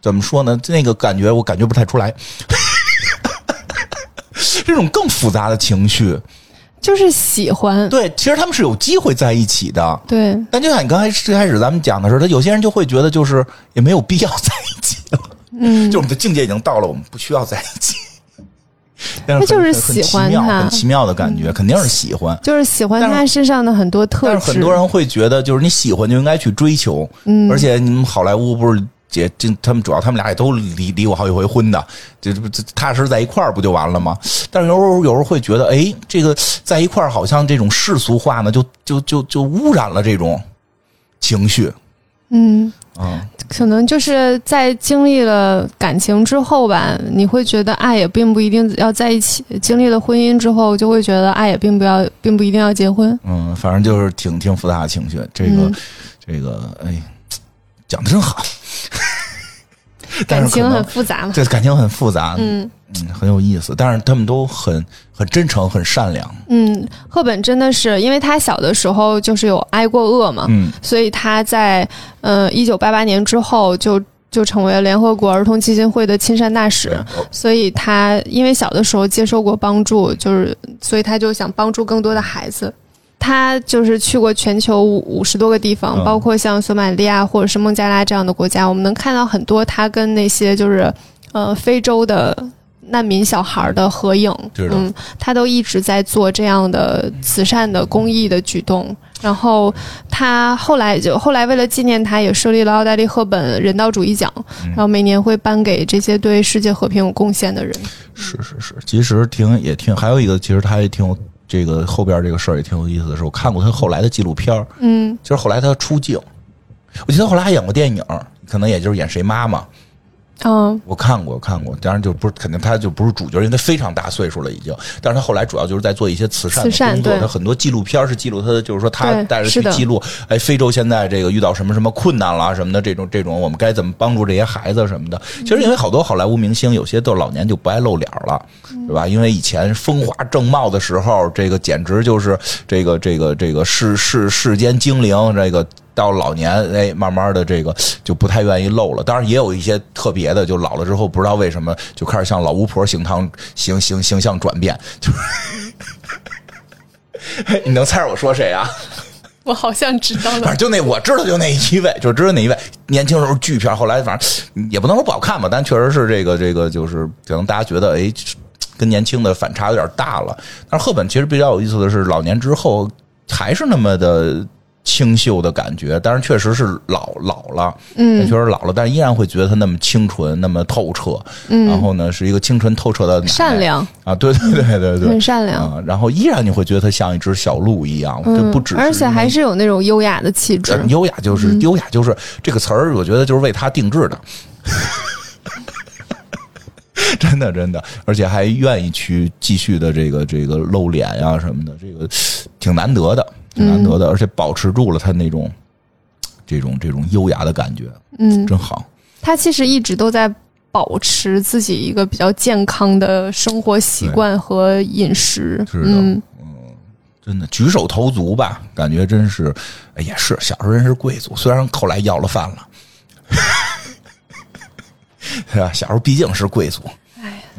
怎么说呢？那个感觉我感觉不太出来， [LAUGHS] 这种更复杂的情绪。
就是喜欢。
对，其实他们是有机会在一起的，
对，
但就像你刚才最开始咱们讲的时候，他有些人就会觉得就是也没有必要在一起了，
嗯
[LAUGHS] 就，我们的境界已经到了，我们不需要在一起。那
那就是喜欢他
很奇妙的感觉，肯定是喜欢。
就是喜欢
但是
他身上的很多特
但
质。
是很多人会觉得，就是你喜欢就应该去追求，
嗯
而且你们好莱坞不是也这他们主要他们俩也都离离过好几回婚的，这这这踏实在一块儿不就完了吗？但是有时候有时候会觉得，哎，这个在一块儿好像这种世俗化呢，就就就就污染了这种情绪
嗯，
啊、
可能就是在经历了感情之后吧，你会觉得哎爱也并不一定要在一起；经历了婚姻之后，就会觉得哎爱也并不要，并不一定要结婚。
嗯，反正就是挺挺复杂的情绪，这个、
嗯
这个哎，讲的真好， [LAUGHS]
感
但是可
情
能
很复杂嘛。
这感情很复杂，
嗯
嗯，很有意思，但是他们都很很真诚，很善良，
嗯，赫本真的是，因为他小的时候就是有挨过饿嘛，
嗯。
所以他在呃一九八八年之后就就成为联合国儿童基金会的亲善大使。
哦
所以他因为小的时候接受过帮助，就是所以他就想帮助更多的孩子。他就是去过全球五十多个地方，
嗯
包括像索马利亚或者是孟加拉这样的国家，我们能看到很多他跟那些就是呃非洲的难民小孩的合影。
知道
嗯，他都一直在做这样的慈善的公益的举动。然后他后来就后来为了纪念他，也设立了奥黛丽·赫本人道主义奖，
嗯
然后每年会颁给这些对世界和平有贡献的人。
是是是，其实挺也挺，还有一个其实他也挺有这个后边这个事儿也挺有意思的是，我看过他后来的纪录片儿，
嗯，
就是后来他出镜，我记得后来还演过电影，可能也就是演谁妈妈，
嗯
我看过看过，当然就不是肯定他就不是主角，因为他非常大岁数了已经，但是他后来主要就是在做一些慈善的
慈善
工作，
对
他很多纪录片儿是记录他的，就是说他
对
带着去
是的
记录，哎，非洲现在这个遇到什么什么困难啦什么的这种这种，我们该怎么帮助这些孩子什么的。其实因为好多好莱坞明星有些都老年就不爱露脸儿了，对吧？因为以前风华正茂的时候，这个简直就是这个这个这个世世世间精灵这个。到老年，哎，慢慢的这个就不太愿意露了。当然，也有一些特别的，就老了之后不知道为什么就开始向老巫婆形象形形形象转变，就是。 [LAUGHS] 你能猜着我说谁啊？
我好像知道
反正。就那我知道就那一位，就知道那一位。年轻时候巨片，后来反正也不能说不好看吧，但确实是这个这个就是可能大家觉得哎，跟年轻的反差有点大了。但是赫本其实比较有意思的是，老年之后还是那么的。清秀的感觉，但是确实是老老了，
嗯
也确实老了，但是依然会觉得她那么清纯，那么透彻，然后呢，是一个清纯透彻的奶奶
嗯善良，
啊，对对对对对，
很善良
啊，然后依然你会觉得她像一只小鹿一样，就
嗯
不只，是
而且
因为
还是有那种优雅的气质
呃。优雅就是、优雅就是这个词儿，我觉得就是为他定制的。 [LAUGHS] 真的，真的，而且还愿意去继续的这个这个露脸呀、什么的，这个挺难得的，挺难得的，而且保持住了他那种这种这种优雅的感觉，
嗯，
真好。
他其实一直都在。保持自己一个比较健康的生活习惯和饮食。
是的，
嗯
嗯，真的举手投足吧，感觉真是，哎也是小时候真是贵族，虽然后来要了饭了， [LAUGHS] 是吧？小时候毕竟是贵族。嗯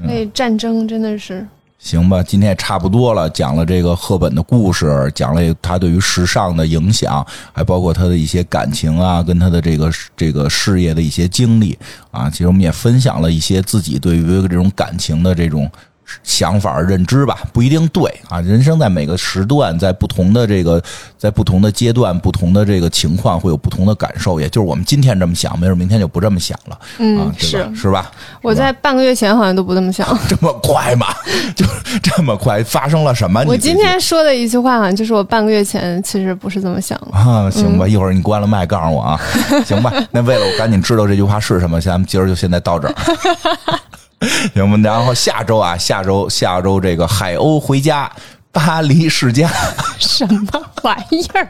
所以战争真的是，
行吧，今天也差不多了，讲了这个赫本的故事，讲了他对于时尚的影响，还包括他的一些感情啊，跟他的这个这个事业的一些经历啊。其实我们也分享了一些自己对于这种感情的这种想法、认知吧，不一定对啊。人生在每个时段，在不同的这个在不同的阶段、不同的这个情况，会有不同的感受。也就是我们今天这么想，没准明天就不这么想了、啊
嗯，，
对
是
吧？是吧？
我在半个月前好像都不这么想。
[LAUGHS] 这么快吗？就这么快发生了什么？
我
你最
今
近
天说的一句话，好像就是我半个月前其实不是这么
[LAUGHS]
想的。
啊，行
嗯
吧，一会儿你关了麦告诉
[LAUGHS]
我啊，行吧。那为了我赶紧知道这句话是什么，咱们今儿就现在到这儿。 [LAUGHS] 行吧，然后下周啊，下周下周这个海鸥回家，巴黎世家，
什么玩意儿？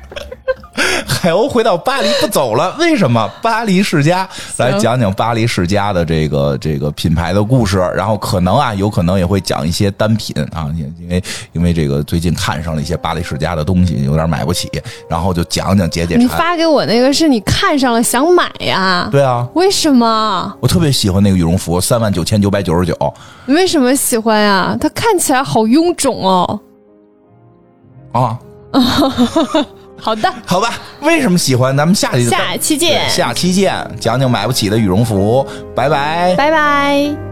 海鸥回到巴黎不走了，为什么？巴黎世家来
行
讲讲巴黎世家的这个这个品牌的故事，然后可能啊，有可能也会讲一些单品啊，因因为因为这个最近看上了一些巴黎世家的东西，有点买不起，然后就讲讲解解
你
馋。
发给我那个是你看上了想买呀？
对啊，
为什么？
我特别喜欢那个羽绒服，三万九千九百九十九，
你为什么喜欢呀？它看起来好臃肿哦。
啊，
好的，
好吧，为什么喜欢？咱们下期
下期
对
见，
下期见，讲讲买不起的羽绒服，拜拜
拜拜。